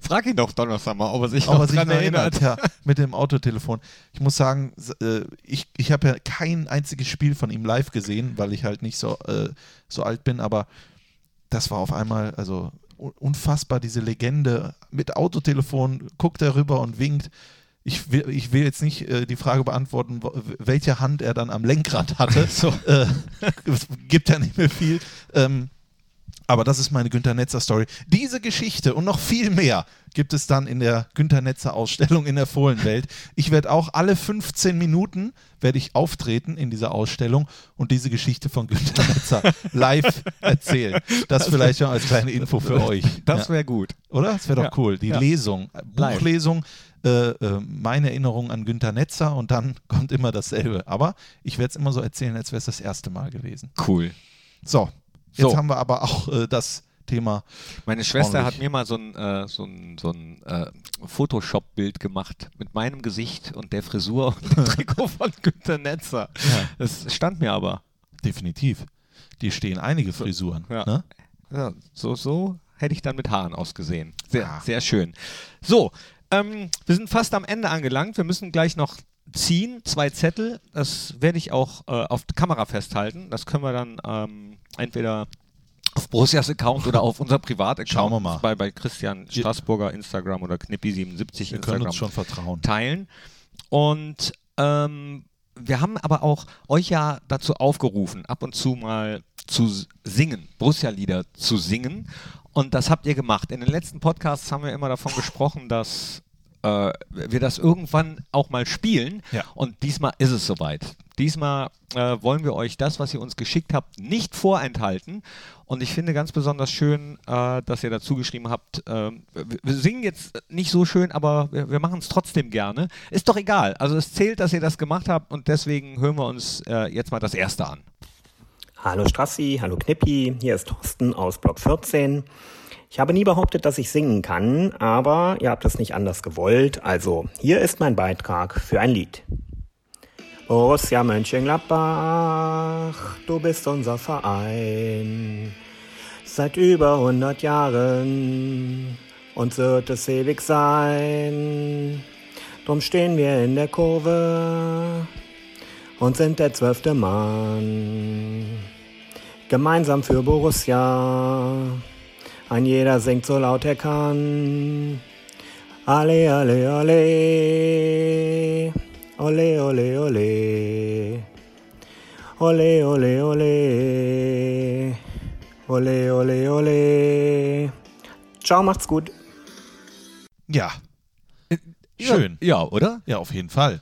A: Frag ihn doch Donnerstag mal, ob er sich
B: aber
A: noch
B: sich
A: dran
B: noch
A: erinnert.
B: erinnert, ja, mit dem Autotelefon. Ich muss sagen, s- äh, ich, ich habe ja kein einziges Spiel von ihm live gesehen, weil ich halt nicht so, äh, so alt bin, aber das war auf einmal, also u- unfassbar, diese Legende. Mit Autotelefon guckt er rüber und winkt. Ich will, ich will jetzt nicht äh, die Frage beantworten, wo- welche Hand er dann am Lenkrad hatte. Äh, es gibt ja nicht mehr viel. Ähm, aber das ist meine Günter Netzer Story. Diese Geschichte und noch viel mehr gibt es dann in der Günter Netzer Ausstellung in der Fohlenwelt. Ich werde auch alle 15 Minuten werde ich auftreten in dieser Ausstellung und diese Geschichte von Günter Netzer live erzählen. Das vielleicht schon als kleine Info für euch.
A: Das
B: ja.
A: wäre gut.
B: Oder? Das wäre doch
A: Ja,
B: cool. Die
A: ja.
B: Lesung, äh,
A: Live.
B: Buchlesung, äh, äh, meine Erinnerung an Günter Netzer und dann kommt immer dasselbe. Aber ich werde es immer so erzählen, als wäre es das erste Mal gewesen.
A: Cool.
B: So, jetzt
A: So.
B: haben wir aber auch äh, das Thema.
A: Meine Schwester
B: Ordentlich.
A: hat mir mal so ein, äh, so ein, so ein äh, Photoshop-Bild gemacht mit meinem Gesicht und der Frisur und dem Trikot von Günter Netzer. Das stand mir aber.
B: Definitiv. Die stehen einige Frisuren.
A: ja.
B: Ne?
A: Ja, so, so hätte ich dann mit Haaren ausgesehen. Sehr,
B: Ah.
A: sehr schön. So, ähm, wir sind fast am Ende angelangt. Wir müssen gleich noch ziehen, zwei Zettel. Das werde ich auch äh, auf die Kamera festhalten. Das können wir dann ähm, entweder auf Borussias Account oder auf unser Privataccount
B: Schauen wir mal.
A: Bei, bei Christian Straßburger Instagram oder Knippi77
B: Wir können
A: Instagram
B: uns schon vertrauen.
A: teilen. Und ähm, wir haben aber auch euch ja dazu aufgerufen, ab und zu mal zu s- singen, Borussia-Lieder zu singen. Und das habt ihr gemacht. In den letzten Podcasts haben wir immer davon gesprochen, dass äh, wir das irgendwann auch mal spielen.
B: Ja.
A: Und diesmal ist es soweit. Diesmal äh, wollen wir euch das, was ihr uns geschickt habt, nicht vorenthalten. Und ich finde ganz besonders schön, äh, dass ihr dazu geschrieben habt, äh, wir, wir singen jetzt nicht so schön, aber wir, wir machen es trotzdem gerne. Ist doch egal. Also es zählt, dass ihr das gemacht habt und deswegen hören wir uns äh, jetzt mal das erste an.
D: Hallo Strassi, hallo Knippi, hier ist Thorsten aus Block 14. Ich habe nie behauptet, dass ich singen kann, aber ihr habt es nicht anders gewollt, also hier ist mein Beitrag für ein Lied. Borussia Mönchengladbach, du bist unser Verein. Seit über 100 Jahren, uns wird es ewig sein. Drum stehen wir in der Kurve und sind der zwölfte Mann. Gemeinsam für Borussia, ein jeder singt so laut er kann. Alle, alle, alle, ole, ole, ole, ole, ole, ole, ole, ole, ole. Ciao, macht's gut.
B: Ja. Schön.
A: Ja, ja oder?
B: Ja, auf jeden Fall.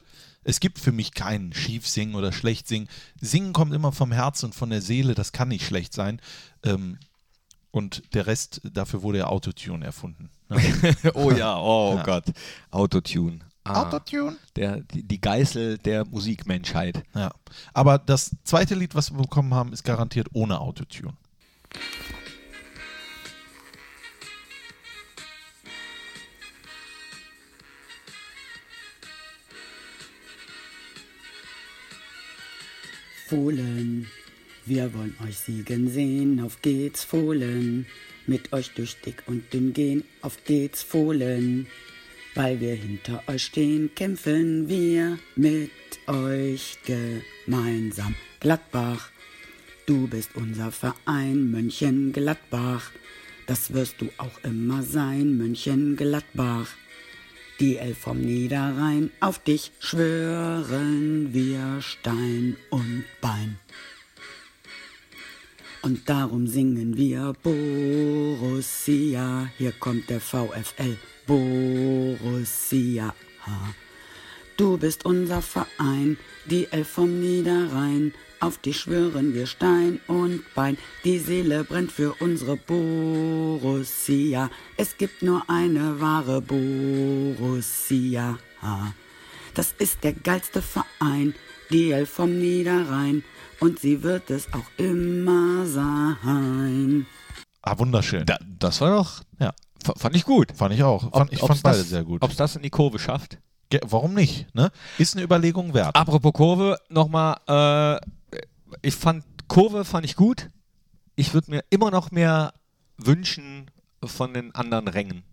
B: Es gibt für mich keinen schief singen oder schlecht singen. Singen kommt immer vom Herz und von der Seele, das kann nicht schlecht sein. Ähm, und der Rest, dafür wurde ja Autotune erfunden. Ne?
A: oh ja, oh Gott. Autotune. Ah,
B: Autotune?
A: Der, die, die Geißel der Musikmenschheit.
B: Ja. Aber das zweite Lied, was wir bekommen haben, ist garantiert ohne Autotune.
G: Fohlen, Wir wollen euch siegen sehen, auf geht's Fohlen. Mit euch durch dick und dünn gehen, auf geht's Fohlen. Weil wir hinter euch stehen, kämpfen wir mit euch gemeinsam. Gladbach, du bist unser Verein, Mönchengladbach. Das wirst du auch immer sein, Mönchengladbach. Die Elf vom Niederrhein, auf dich schwören wir Stein und Bein. Und darum singen wir Borussia. Hier kommt der VfL. Borussia. Du bist unser Verein, die Elf vom Niederrhein. Auf dich schwören wir Stein und Bein. Die Seele brennt für unsere Borussia. Es gibt nur eine wahre Borussia. Das ist der geilste Verein, die Elf vom Niederrhein. Und sie wird es auch immer sein.
B: Ah, wunderschön.
A: Da, das war doch.
B: Ja.
A: fa- Fand ich gut.
B: Fand ich auch. Fand, ich fand beide sehr gut.
A: Ob es das in die Kurve schafft.
B: Ge- Warum nicht? Ne? Ist eine Überlegung wert.
A: Apropos Kurve, nochmal, äh, ich fand Kurve fand ich gut. Ich würde mir immer noch mehr wünschen von den anderen Rängen.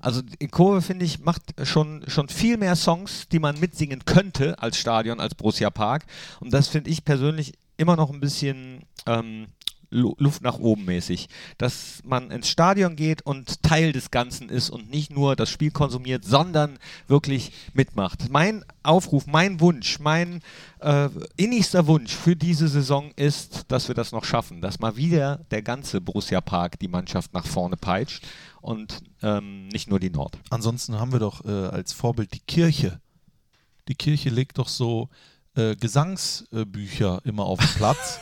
A: Also die Kurve, finde ich, macht schon, schon viel mehr Songs, die man mitsingen könnte als Stadion, als Borussia Park. Und das finde ich persönlich immer noch ein bisschen ähm, Lu- Luft nach oben mäßig. Dass man ins Stadion geht und Teil des Ganzen ist und nicht nur das Spiel konsumiert, sondern wirklich mitmacht. Mein Aufruf, mein Wunsch, mein äh, innigster Wunsch für diese Saison ist, dass wir das noch schaffen, dass mal wieder der ganze Borussia Park die Mannschaft nach vorne peitscht und ähm, nicht nur die Nord.
B: Ansonsten haben wir doch äh, als Vorbild die Kirche. Die Kirche legt doch so äh, Gesangsbücher immer auf den Platz.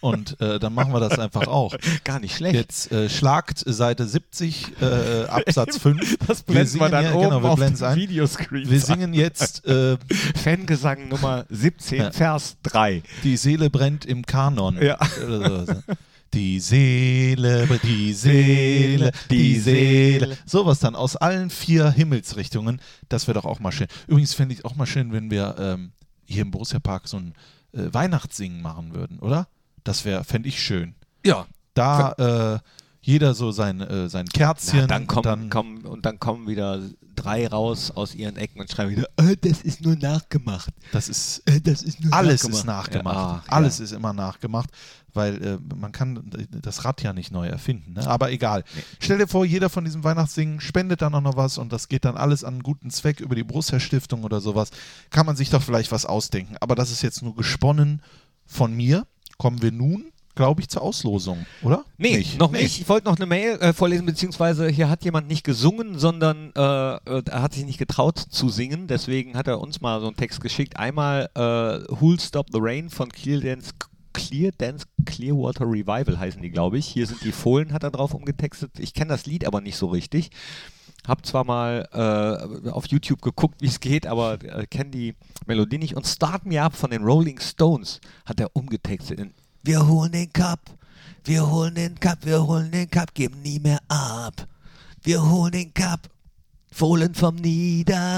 B: Und äh, dann machen wir das einfach auch.
A: Gar nicht schlecht.
B: Jetzt äh, schlagt Seite 70, äh, Absatz 5. singen ja- genau, wir blenden's ein.
A: Videoscreen.
B: Wir singen jetzt äh,
A: Fangesang Nummer 17,
B: Ja.
A: Vers 3.
B: Die Seele brennt im Kanon.
A: Ja.
B: Oder sowas. Die Seele, brennt- die Seele, die Seele. Sowas dann aus allen vier Himmelsrichtungen. Das wäre doch auch mal schön. Übrigens fände ich auch mal schön, wenn wir ähm, hier im Borussia Park so ein äh, Weihnachtssingen machen würden, oder? Das wäre, fände ich schön.
A: Ja,
B: Da äh, jeder so sein, äh, sein Kerzchen.
A: Na, dann kommen,
B: dann-
A: kommen, und dann kommen wieder drei raus aus ihren Ecken und schreiben wieder, äh, das ist nur nachgemacht.
B: Das ist
A: Äh, das ist nur
B: Alles
A: nachgemacht.
B: ist nachgemacht.
A: Ja,
B: Ah,
A: ach,
B: Alles
A: ja.
B: ist immer nachgemacht, weil äh, man kann das Rad ja nicht neu erfinden. Ne? Aber egal. Stell dir vor, jeder von diesem Weihnachtssingen spendet dann auch noch was und das geht dann alles an einen guten Zweck über die Borussia Stiftung oder sowas. Kann man sich doch vielleicht was ausdenken. Aber das ist jetzt nur gesponnen von mir. Kommen wir nun, glaube ich, zur Auslosung, oder?
A: Nee, noch
B: Nee.
A: nicht. Ich wollte noch eine Mail äh, vorlesen, beziehungsweise hier hat jemand nicht gesungen, sondern äh, äh, er hat sich nicht getraut zu singen. Deswegen hat er uns mal so einen Text geschickt. Einmal äh, Who'll Stop the Rain von Clear Dance, Clear Dance Clearwater Revival heißen die, glaube ich. Hier sind die Fohlen, hat er drauf umgetextet. Ich kenne das Lied aber nicht so richtig. Hab zwar mal äh, auf YouTube geguckt, wie es geht, aber äh, kenne die Melodie nicht. Und Start Me Up von den Rolling Stones hat er umgetextet in Wir holen den Cup, wir holen den Cup, wir holen den Cup, geben nie mehr ab. Wir holen den Cup, Fohlen vom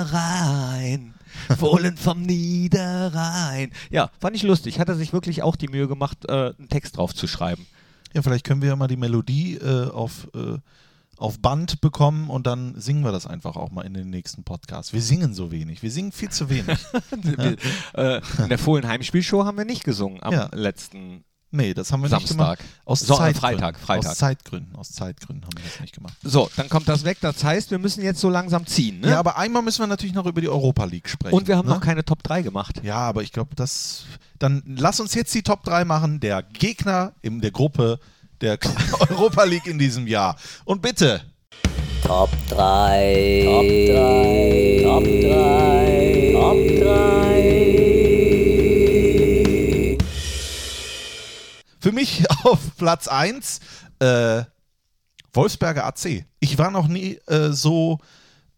A: Niederrhein. Fohlen vom Niederrhein. Ja, fand ich lustig. Hat er sich wirklich auch die Mühe gemacht, äh, einen Text drauf zu schreiben.
B: Ja, vielleicht können wir ja mal die Melodie äh, auf, äh, auf Band bekommen und dann singen wir das einfach auch mal in den nächsten Podcast. Wir singen so wenig. Wir singen viel zu wenig.
A: äh, in der Fohlen Heimspielshow haben wir nicht gesungen am
B: Ja.
A: letzten
B: Nee, das haben wir nicht
A: Samstag.
B: gemacht. Aus
A: So, äh,
B: Zeitgründen.
A: Freitag, Freitag.
B: Aus Zeitgründen, aus Zeitgründen haben wir das nicht gemacht.
A: So, dann kommt das weg. Das heißt, wir müssen jetzt so langsam ziehen. Ne?
B: Ja, aber einmal müssen wir natürlich noch über die Europa League sprechen.
A: und wir haben
B: ne?
A: noch keine Top 3 gemacht.
B: Ja, aber ich glaube, das. Dann lass uns jetzt die Top 3 machen, der Gegner in der Gruppe der Europa League in diesem Jahr. Und bitte. Top 3. Top 3. Top 3. Top 3. Für mich auf Platz 1 äh, Wolfsberger AC. Ich war noch nie äh, so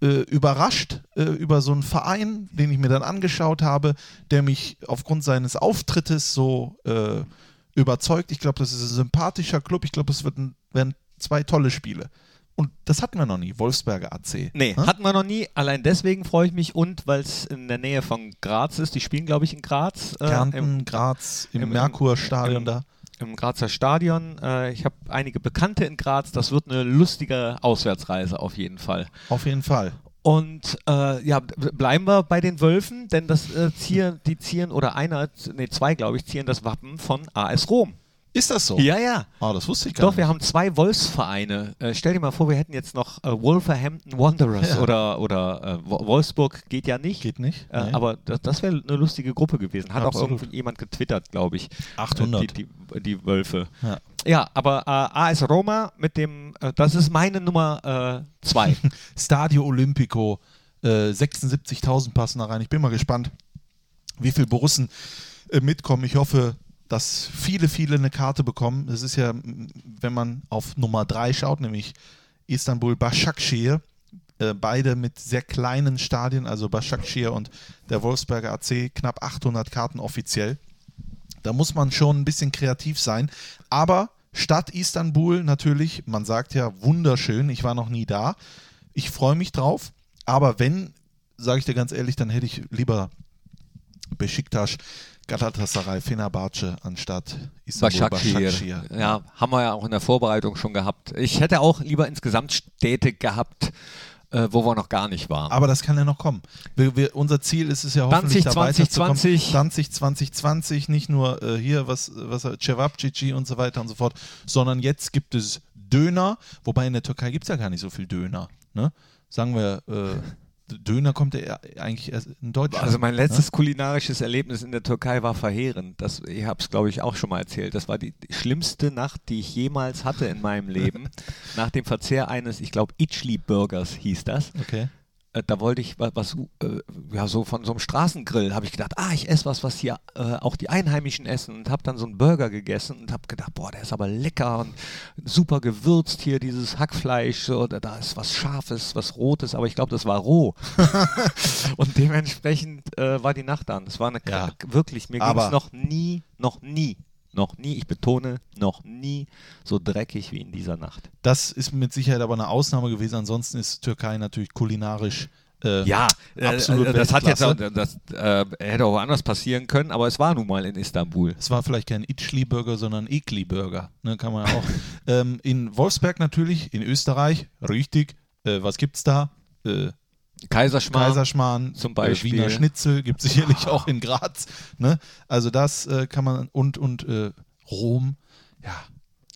B: äh, überrascht äh, über so einen Verein, den ich mir dann angeschaut habe, der mich aufgrund seines Auftrittes so äh, überzeugt. Ich glaube, das ist ein sympathischer Club. Ich glaube, es wird ein, werden zwei tolle Spiele. Und das hatten wir noch nie, Wolfsberger AC.
A: Nee,
B: Hm?
A: hatten wir noch nie. Allein deswegen freue ich mich und weil es in der Nähe von Graz ist. Die spielen, glaube ich, in Graz. äh,
B: Kärnten, Graz, im,
A: im-
B: Merkur-Stadion
A: im-
B: da.
A: Im, im Grazer Stadion. Äh, ich habe einige Bekannte in Graz. Das wird eine lustige Auswärtsreise auf jeden Fall.
B: Auf jeden Fall.
A: Und äh, ja, b- bleiben wir bei den Wölfen, denn das äh, zier, die zieren oder einer, nee, zwei glaube ich, zieren das Wappen von AS Rom.
B: Ist das so?
A: Ja, ja.
B: Ah, das wusste ich gar
A: Doch, wir
B: nicht.
A: haben zwei Wolfsvereine. Äh, stell dir mal vor, wir hätten jetzt noch äh, Wolverhampton Wanderers
B: Ja.
A: oder, oder äh, Wo- Wolfsburg geht ja nicht.
B: Geht nicht,
A: Äh,
B: nee.
A: Aber das, das wäre eine lustige Gruppe gewesen. Hat
B: Absolut.
A: auch irgend- jemand getwittert, glaube ich.
B: 800.
A: Äh, die, die, die Wölfe.
B: Ja.
A: Ja, aber äh, AS Roma mit dem, äh, das ist meine Nummer äh, zwei.
B: Stadio Olimpico, äh, 76.000 passen da rein. Ich bin mal gespannt, wie viele Borussen äh, mitkommen. Ich hoffe, dass viele, viele eine Karte bekommen. Das ist ja, mm, wenn man auf Nummer 3 schaut, nämlich Istanbul Başakşehir, äh, beide mit sehr kleinen Stadien, also Başakşehir und der Wolfsberger AC, knapp 800 Karten offiziell. Da muss man schon ein bisschen kreativ sein. Aber Stadt Istanbul natürlich, man sagt ja wunderschön, ich war noch nie da. Ich freue mich drauf. Aber wenn, sage ich dir ganz ehrlich, dann hätte ich lieber Besiktas, Galatasaray, Fenerbahce anstatt Istanbul
A: Başakşehir. Ja, haben wir ja auch in der Vorbereitung schon gehabt. Ich hätte auch lieber insgesamt Städte gehabt, äh, wo wir noch gar nicht waren.
B: Aber das kann ja noch kommen. Wir, wir, unser Ziel ist es ja
A: 20,
B: hoffentlich da
A: 20,
B: weiterzukommen.
A: 20.
B: 20, 20, 20, nicht nur äh, hier, was, was Cevapcici und so weiter und so fort, sondern jetzt gibt es Döner, wobei in der Türkei gibt es ja gar nicht so viel Döner. Ne? Sagen wir, äh, Döner kommt ja eher- eigentlich erst in Deutschland. ne?
A: Also mein letztes kulinarisches Erlebnis in der Türkei war verheerend. Das, ich habe es, glaube ich, auch schon mal erzählt. Das war die schlimmste Nacht, die ich jemals hatte in meinem Leben. Nach dem Verzehr eines, ich glaube, Itchli-Burgers hieß das.
B: Ne? Okay.
A: Äh, da wollte ich wa- was, äh, ja, so von so einem Straßengrill habe ich gedacht, ah, ich esse was, was hier äh, auch die Einheimischen essen und habe dann so einen Burger gegessen und habe gedacht, boah, der ist aber lecker und super gewürzt hier, dieses Hackfleisch, so, da, da ist was Scharfes, was Rotes, aber ich glaube, das war roh. und dementsprechend äh, war die Nacht an. Das war eine,
B: Ja.
A: kra- wirklich, mir ging
B: Aber-
A: es noch nie, noch nie, noch nie, ich betone, noch nie so dreckig wie in dieser Nacht.
B: Das ist mit Sicherheit aber eine Ausnahme gewesen. Ansonsten ist Türkei natürlich kulinarisch. äh,
A: Ja,
B: Absolut
A: absolut. Äh, das hat jetzt auch,
B: Weltklasse.
A: das äh, hätte auch anders passieren können, aber es war nun mal in Istanbul.
B: Es war vielleicht kein Itchli-Burger, sondern Ekli-Burger. Ne, kann man ja auch. ähm, in Wolfsberg natürlich, in Österreich, richtig. Äh, was gibt's da? Äh,
A: Kaiserschmarrn.
B: Kaiserschmarrn,
A: Zum Beispiel.
B: Äh, Wiener Schnitzel gibt es sicherlich auch in Graz. Ne? Also das äh, kann man und und äh, Rom, ja.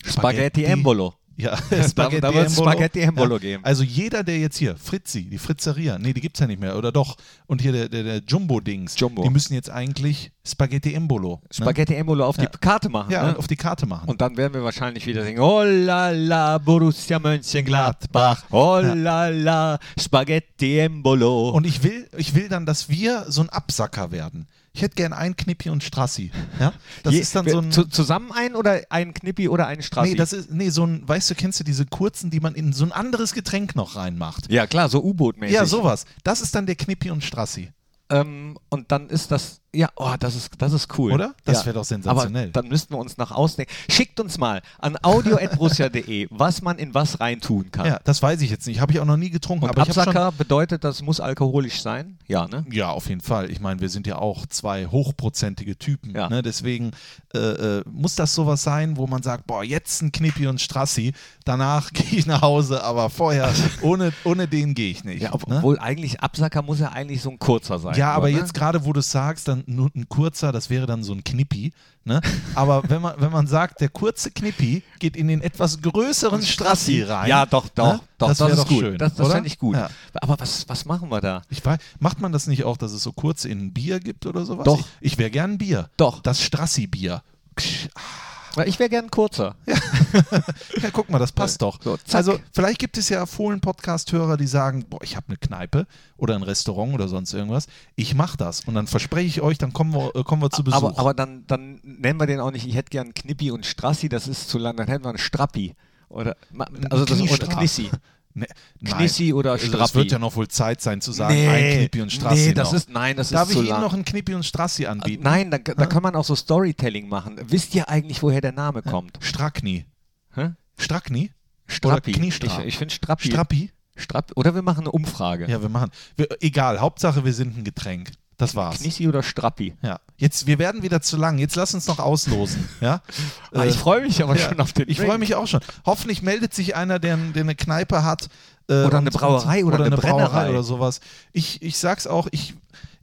A: Spaghetti
B: ne?
A: Embolo.
B: Ja,
A: Da- da wird's Spaghetti Embolo geben.
B: Also jeder, der jetzt hier, Fritzi, die Fritzeria, nee, die gibt es ja nicht mehr, oder doch. Und hier der, der, der Jumbo-Dings,
A: Jumbo.
B: die müssen jetzt eigentlich Spaghetti Embolo.
A: Spaghetti Embolo auf
B: Ja.
A: die Karte machen.
B: Ne? Ja,
A: ne?
B: und auf die Karte machen.
A: Und dann werden wir wahrscheinlich wieder singen: Oh la la, Borussia Mönchengladbach. Oh la la, Spaghetti Embolo.
B: Und ich will, ich will dann, dass wir so ein Absacker werden. Ich hätte gern einen Knippi und Strassi. Ja? Das
A: Je-
B: ist dann so ein.
A: zu, zusammen einen oder einen Knippi oder einen Strassi?
B: Nee, das ist, nee, so ein, weißt du, kennst du diese kurzen, die man in so ein anderes Getränk noch reinmacht?
A: ja, klar, so U-Boot-mäßig.
B: Ja, sowas. Das ist dann der Knippi und Strassi.
A: Ähm, und dann ist das, ja, oh, das ist, das ist cool.
B: Oder? Das
A: ja.
B: wär doch sensationell.
A: Aber dann müssten wir uns nach ausdenken. Schickt uns mal an audio.brussia.de, was man in was reintun kann.
B: Ja, das weiß ich jetzt nicht. Habe ich auch noch nie getrunken.
A: und
B: aber ich hab
A: Absacker bedeutet, das muss alkoholisch sein. Ja, ne?
B: schon, ja, auf jeden Fall. Ich meine, wir sind ja auch zwei hochprozentige Typen.
A: Ja.
B: Ne? Deswegen äh, äh, muss das sowas sein, wo man sagt, boah, jetzt ein Knippi und Strassi, danach gehe ich nach Hause, aber vorher, ohne, ohne den gehe ich nicht.
A: Ja, ob-
B: ne?
A: obwohl eigentlich Absacker muss ja eigentlich so ein kurzer sein.
B: Ja,
A: nur,
B: aber
A: ne?
B: jetzt gerade, wo du es sagst, dann nur ein kurzer, das wäre dann so ein Knippi. Ne? Aber wenn man, wenn man sagt, der kurze Knippi geht in den etwas größeren Strassi rein.
A: Ja, doch, doch,
B: ne?
A: doch,
B: das,
A: das,
B: wäre
A: ist
B: doch
A: gut.
B: Schön,
A: das das
B: oder?
A: fände ich gut.
B: Ja.
A: Aber was, was machen wir da?
B: Ich weiß, macht man das nicht auch, dass es so kurz in ein Bier gibt oder sowas?
A: Doch.
B: Ich, ich wäre gern ein Bier.
A: Doch.
B: Das Strassi-Bier. Ksch,
A: Ich wäre gern kurzer.
B: Ja, guck mal, das passt doch.
A: So, zack.
B: also, vielleicht gibt es ja Fohlen-Podcast-Hörer, die sagen: Boah, ich habe eine Kneipe oder ein Restaurant oder sonst irgendwas. Ich mache das. Und dann verspreche ich euch, dann kommen wir, äh, kommen wir zu Besuch.
A: Aber, aber dann, dann nennen wir den auch nicht, ich hätte gern Knippi und Strassi, das ist zu lang, dann hätten wir einen Strappi. Oder, ma- also das, oder
B: Kniestrap.
A: Knissi.
B: Ne,
A: Knissi oder
B: Das
A: Strappi.
B: wird ja noch wohl Zeit sein zu sagen,
A: Nee.
B: ein Knippi und Strassi.
A: Nee, das
B: noch.
A: ist- nein, das ist
B: Darf ich
A: zu
B: Ihnen
A: lang.
B: noch ein Knippi und Strassi anbieten?
A: Nein, da, da kann man auch so Storytelling machen. Wisst ihr eigentlich, woher der Name kommt?
B: Strackni.
A: Hä?
B: Strackni?
A: Strappi.
B: Oder Kniestrap.
A: Ich, ich finde Strappi.
B: Strappi?
A: Strapp, oder wir machen eine Umfrage.
B: Ja, wir machen. Wir, egal, Hauptsache wir sind ein Getränk. Das war's.
A: Knissi oder Strappi?
B: Ja. Jetzt, wir werden wieder zu lang. Jetzt lass uns noch auslosen. Ja?
A: Ah,
B: Äh,
A: ich freue mich aber
B: ja.
A: schon auf den
B: Ich
A: Drink.
B: freue mich auch schon. Hoffentlich meldet sich einer, der, der eine Kneipe hat. äh,
A: Oder eine
B: und-
A: Brauerei oder eine Brennerei.
B: oder sowas. Ich, ich sag's auch, ich,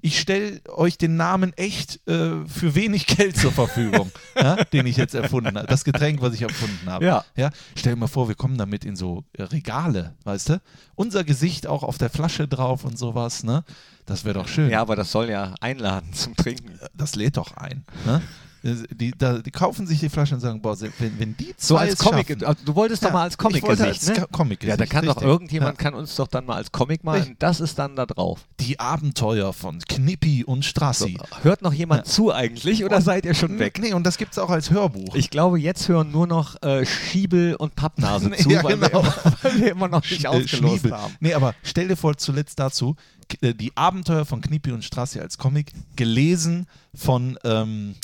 B: ich stelle euch den Namen echt äh, für wenig Geld zur Verfügung, ja, den ich jetzt erfunden habe. Das Getränk, was ich erfunden habe.
A: Ja.
B: Ja? Stell dir mal vor, wir kommen damit in so äh, Regale, weißt du? Unser Gesicht auch auf der Flasche drauf und sowas, ne? Das wäre doch schön
A: Ja, aber das soll ja einladen zum Trinken.
B: das lädt doch ein. Ne? Die, da, die kaufen sich die Flasche und sagen, boah, se- wenn, wenn die zwei
A: So als
B: es
A: Comic. also äh,
B: schaffen,
A: Du wolltest
B: Ja,
A: doch mal als
B: ich
A: Comic
B: wollte
A: Gesicht,
B: als
A: ne?
B: Ka- Comic
A: Ja, da
B: Gesicht,
A: kann doch
B: richtig.
A: irgendjemand
B: Ja.
A: kann uns doch dann mal als Comic malen.
B: Richtig.
A: Das ist dann da drauf.
B: die Abenteuer von Knippi und
A: So,
B: Strassi.
A: hört noch jemand zu eigentlich oder seid ihr
B: Hm.
A: schon weg?
B: Nee, und das gibt's auch als Hörbuch.
A: Ich glaube, jetzt hören nur noch äh, Schiebel und Pappnase
B: Nee,
A: zu,
B: ja,
A: weil,
B: genau.
A: wir, weil wir immer noch nicht
B: Sch- äh,
A: ausgelost
B: Schniebel.
A: haben.
B: Nee, aber stell dir vor, zuletzt dazu, k- äh, die Abenteuer von Knippi und Strassi als Comic, gelesen von, ähm,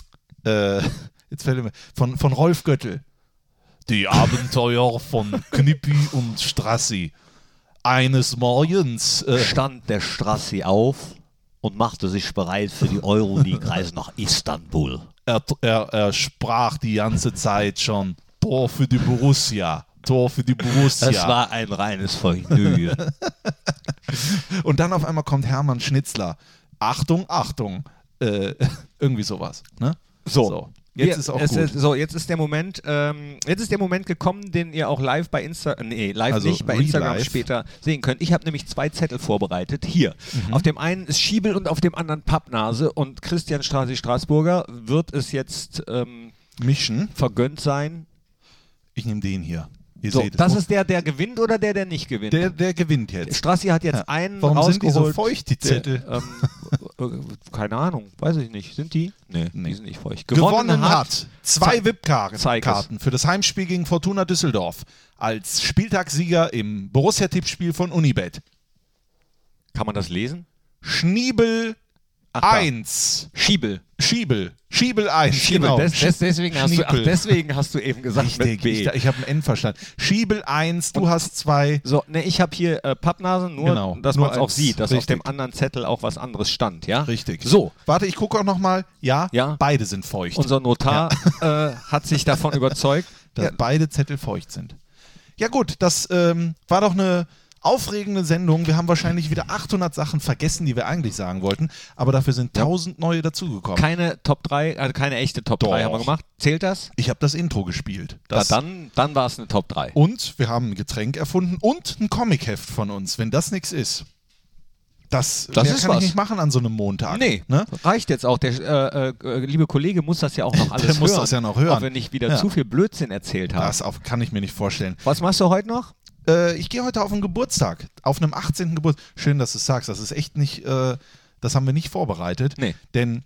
B: äh, jetzt fällt mir, von, von Rolf Göttel. Die Abenteuer von Knippi und Strassi. Eines Morgens. Äh,
A: Stand der Strassi auf und machte sich bereit für die Euroleague-Reise nach Istanbul.
B: er, er, er sprach die ganze Zeit schon Tor für die Borussia. Tor für die Borussia.
A: Das war ein reines Vergnügen.
B: Und dann auf einmal kommt Hermann Schnitzler. Achtung, Achtung. Äh, irgendwie sowas. Ne? Jetzt
A: Wir-
B: ist auch
A: es
B: gut.
A: Ist, so, jetzt ist der Moment, ähm, jetzt ist der Moment gekommen, den ihr auch live bei Insta, äh, nee, live
B: Also
A: nicht, bei
B: re-live.
A: Instagram später sehen könnt. Ich habe nämlich zwei Zettel vorbereitet. Hier.
B: Mhm.
A: Auf dem einen ist Schiebel und auf dem anderen Pappnase. Und Christian Strasi Straßburger wird es jetzt ähm,
B: Mischen.
A: vergönnt sein.
B: Ich nehme den hier. Ihr
A: So,
B: seht es.
A: das
B: Oh,
A: ist der, der gewinnt oder der, der nicht gewinnt.
B: der, der gewinnt jetzt.
A: Strassi hat jetzt
B: Ja.
A: einen
B: Warum sind die
A: rausgeholt.
B: so feucht, die Zettel?
A: Der, ähm, äh, keine Ahnung, weiß ich nicht. Sind die? Nee,
B: Nee.
A: die sind nicht feucht.
B: Gewonnen hat zwei
A: Zeig- zeig es.
B: VIP-Karten für das Heimspiel gegen Fortuna Düsseldorf als Spieltagssieger im Borussia-Tippspiel von Unibet.
A: Kann man das lesen?
B: Schniebel
A: Ach, da.
B: 1.
A: Schiebel.
B: Schiebel. Schiebel 1.
A: Schiebel,
B: Genau.
A: des, des, deswegen, hast du, ach,
B: Schniepel.
A: deswegen hast du eben gesagt mit
B: Richtig,
A: B.
B: ich, ich habe ein N verstanden. Schiebel 1, du hast zwei.
A: so, ne, ich habe hier äh, Pappnase, nur
B: Genau,
A: dass
B: nur
A: man es auch
B: als-
A: sieht, dass auf
B: richtig.
A: dem anderen Zettel auch was anderes stand, ja?
B: Richtig.
A: So,
B: Warte, ich gucke auch nochmal. Ja,
A: Ja.
B: beide sind feucht.
A: unser Notar äh, hat sich davon überzeugt.
B: dass beide Zettel feucht sind. Ja gut, das ähm, war doch eine aufregende Sendung. Wir haben wahrscheinlich wieder 800 Sachen vergessen, die wir eigentlich sagen wollten, aber dafür sind 1000 neue dazugekommen.
A: Keine Top 3, also keine echte Top 3
B: Doch.
A: haben wir gemacht. Zählt das?
B: Ich habe das Intro gespielt. Das
A: Na, dann dann war es eine Top 3.
B: Und wir haben ein Getränk erfunden und ein Comicheft von uns, wenn das nichts ist. Das,
A: Das
B: mehr
A: ist
B: kann
A: was.
B: ich nicht machen an so einem Montag.
A: Nee,
B: Ne?
A: reicht jetzt auch. Der äh, äh, liebe Kollege muss das ja auch noch alles
B: Der muss
A: hören.
B: das ja noch hören.
A: Ob wir nicht wieder
B: Ja.
A: zu viel Blödsinn erzählt haben.
B: Das auf, kann ich mir nicht vorstellen.
A: Was machst du heute noch?
B: Äh, ich gehe heute auf einen Geburtstag, auf einem 18. Geburtstag. Schön, dass du es sagst. Das ist echt nicht, äh, das haben wir nicht vorbereitet.
A: Nee.
B: Denn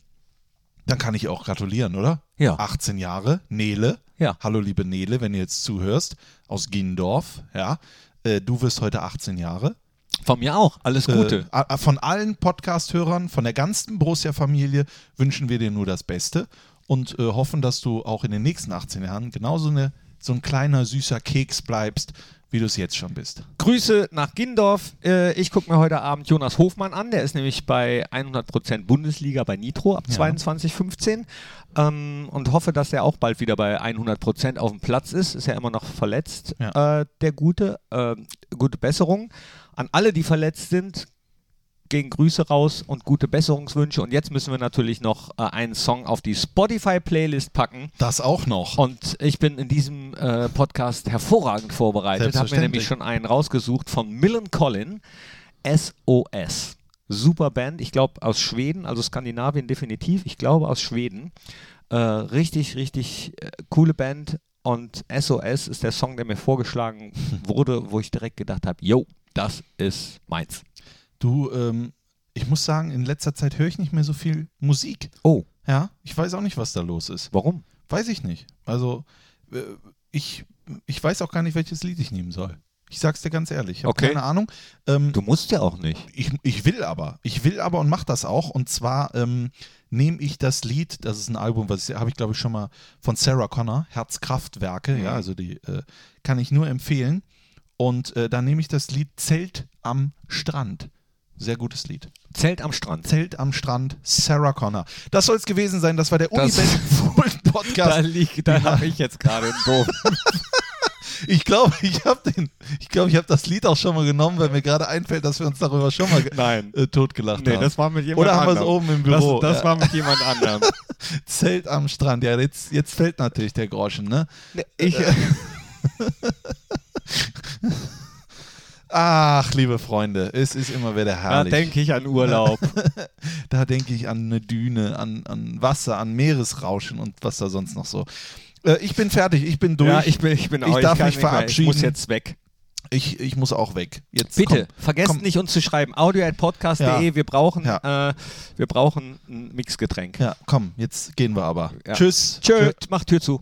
B: dann kann ich auch gratulieren, oder?
A: Ja.
B: 18 Jahre, Nele.
A: Ja.
B: Hallo, liebe Nele, wenn ihr jetzt zuhörst, aus Giendorf. Ja. Äh, du wirst heute 18 Jahre.
A: Von mir auch. Alles Gute.
B: Äh, a- von allen Podcast-Hörern, von der ganzen Borussia-Familie wünschen wir dir nur das Beste und äh, hoffen, dass du auch in den nächsten 18 Jahren genauso eine, so ein kleiner, süßer Keks bleibst, wie du es jetzt schon bist.
A: Grüße nach Gindorf. Äh, ich gucke mir heute Abend Jonas Hofmann an. Der ist nämlich bei 100% Bundesliga bei Nitro ab 22.15 ähm, und hoffe, dass er auch bald wieder bei 100% auf dem Platz ist. Ist ja immer noch verletzt,
B: Ja.
A: äh, der Gute. Äh, gute Besserung. An alle, die verletzt sind, gehen Grüße raus und gute Besserungswünsche. Und jetzt müssen wir natürlich noch äh, einen Song auf die Spotify-Playlist packen.
B: Das auch noch.
A: Und ich bin in diesem äh, Podcast hervorragend vorbereitet, habe mir
B: Selbstverständlich.
A: nämlich schon einen rausgesucht von Millen Collin, SOS. Super Band, ich glaube aus Schweden, also Skandinavien definitiv, ich glaube aus Schweden. Äh, richtig, richtig äh, coole Band und SOS ist der Song, der mir vorgeschlagen wurde, wo ich direkt gedacht habe, yo, das ist meins.
B: Du, ähm, ich muss sagen, in letzter Zeit höre ich nicht mehr so viel Musik.
A: Oh,
B: Ja, ich weiß auch nicht, was da los ist.
A: warum?
B: Weiß ich nicht. Also, äh, ich, ich weiß auch gar nicht, welches Lied ich nehmen soll. Ich sag's dir ganz ehrlich. Ich habe
A: Okay.
B: keine Ahnung. Ähm,
A: Du musst ja auch nicht.
B: ich, ich will aber. Ich will aber und mache das auch. Und zwar ähm, nehme ich das Lied, das ist ein Album, was habe ich glaube ich schon mal von Sarah Connor, Herzkraftwerke,
A: Mhm.
B: ja, also die äh, kann ich nur empfehlen. Und äh, da nehme ich das Lied Zelt am Strand. Sehr gutes Lied.
A: Zelt am Strand.
B: Zelt am Strand, Sarah Connor. Das soll es gewesen sein. Das war der
A: Das-
B: Unibet Fohlen
A: Da,
B: Podcast.
A: liegt, da habe ich jetzt gerade einen Doof.
B: Ich glaube, ich habe den, ich glaube, ich habe das Lied auch schon mal genommen, weil mir gerade einfällt, dass wir uns darüber schon mal ge-
A: Nein.
B: äh, totgelacht haben.
A: war mit
B: Oder haben wir es oben im Büro? ja.
A: war mit jemand anderem.
B: Zelt am Strand. Ja, jetzt, jetzt fällt natürlich der Groschen, ne?
A: Ich, äh,
B: Ach, liebe Freunde, es ist immer wieder
A: da
B: herrlich.
A: denke ich an Urlaub.
B: Da denke ich an eine Düne, an, an Wasser, an Meeresrauschen und was da sonst noch so. Äh, Ich bin fertig, ich bin durch.
A: ja, ich bin, ich bin
B: Ich
A: auch.
B: darf
A: kann
B: mich
A: nicht mehr.
B: verabschieden.
A: Ich muss jetzt weg.
B: ich, ich muss auch weg. Jetzt
A: Bitte,
B: komm,
A: vergesst
B: komm.
A: nicht, uns zu schreiben. audio.podcast.de. Wir brauchen,
B: Ja.
A: äh, wir brauchen ein Mixgetränk.
B: Ja, komm, jetzt gehen wir aber.
A: Ja.
B: Tschüss.
A: Tschö, mach Tür zu.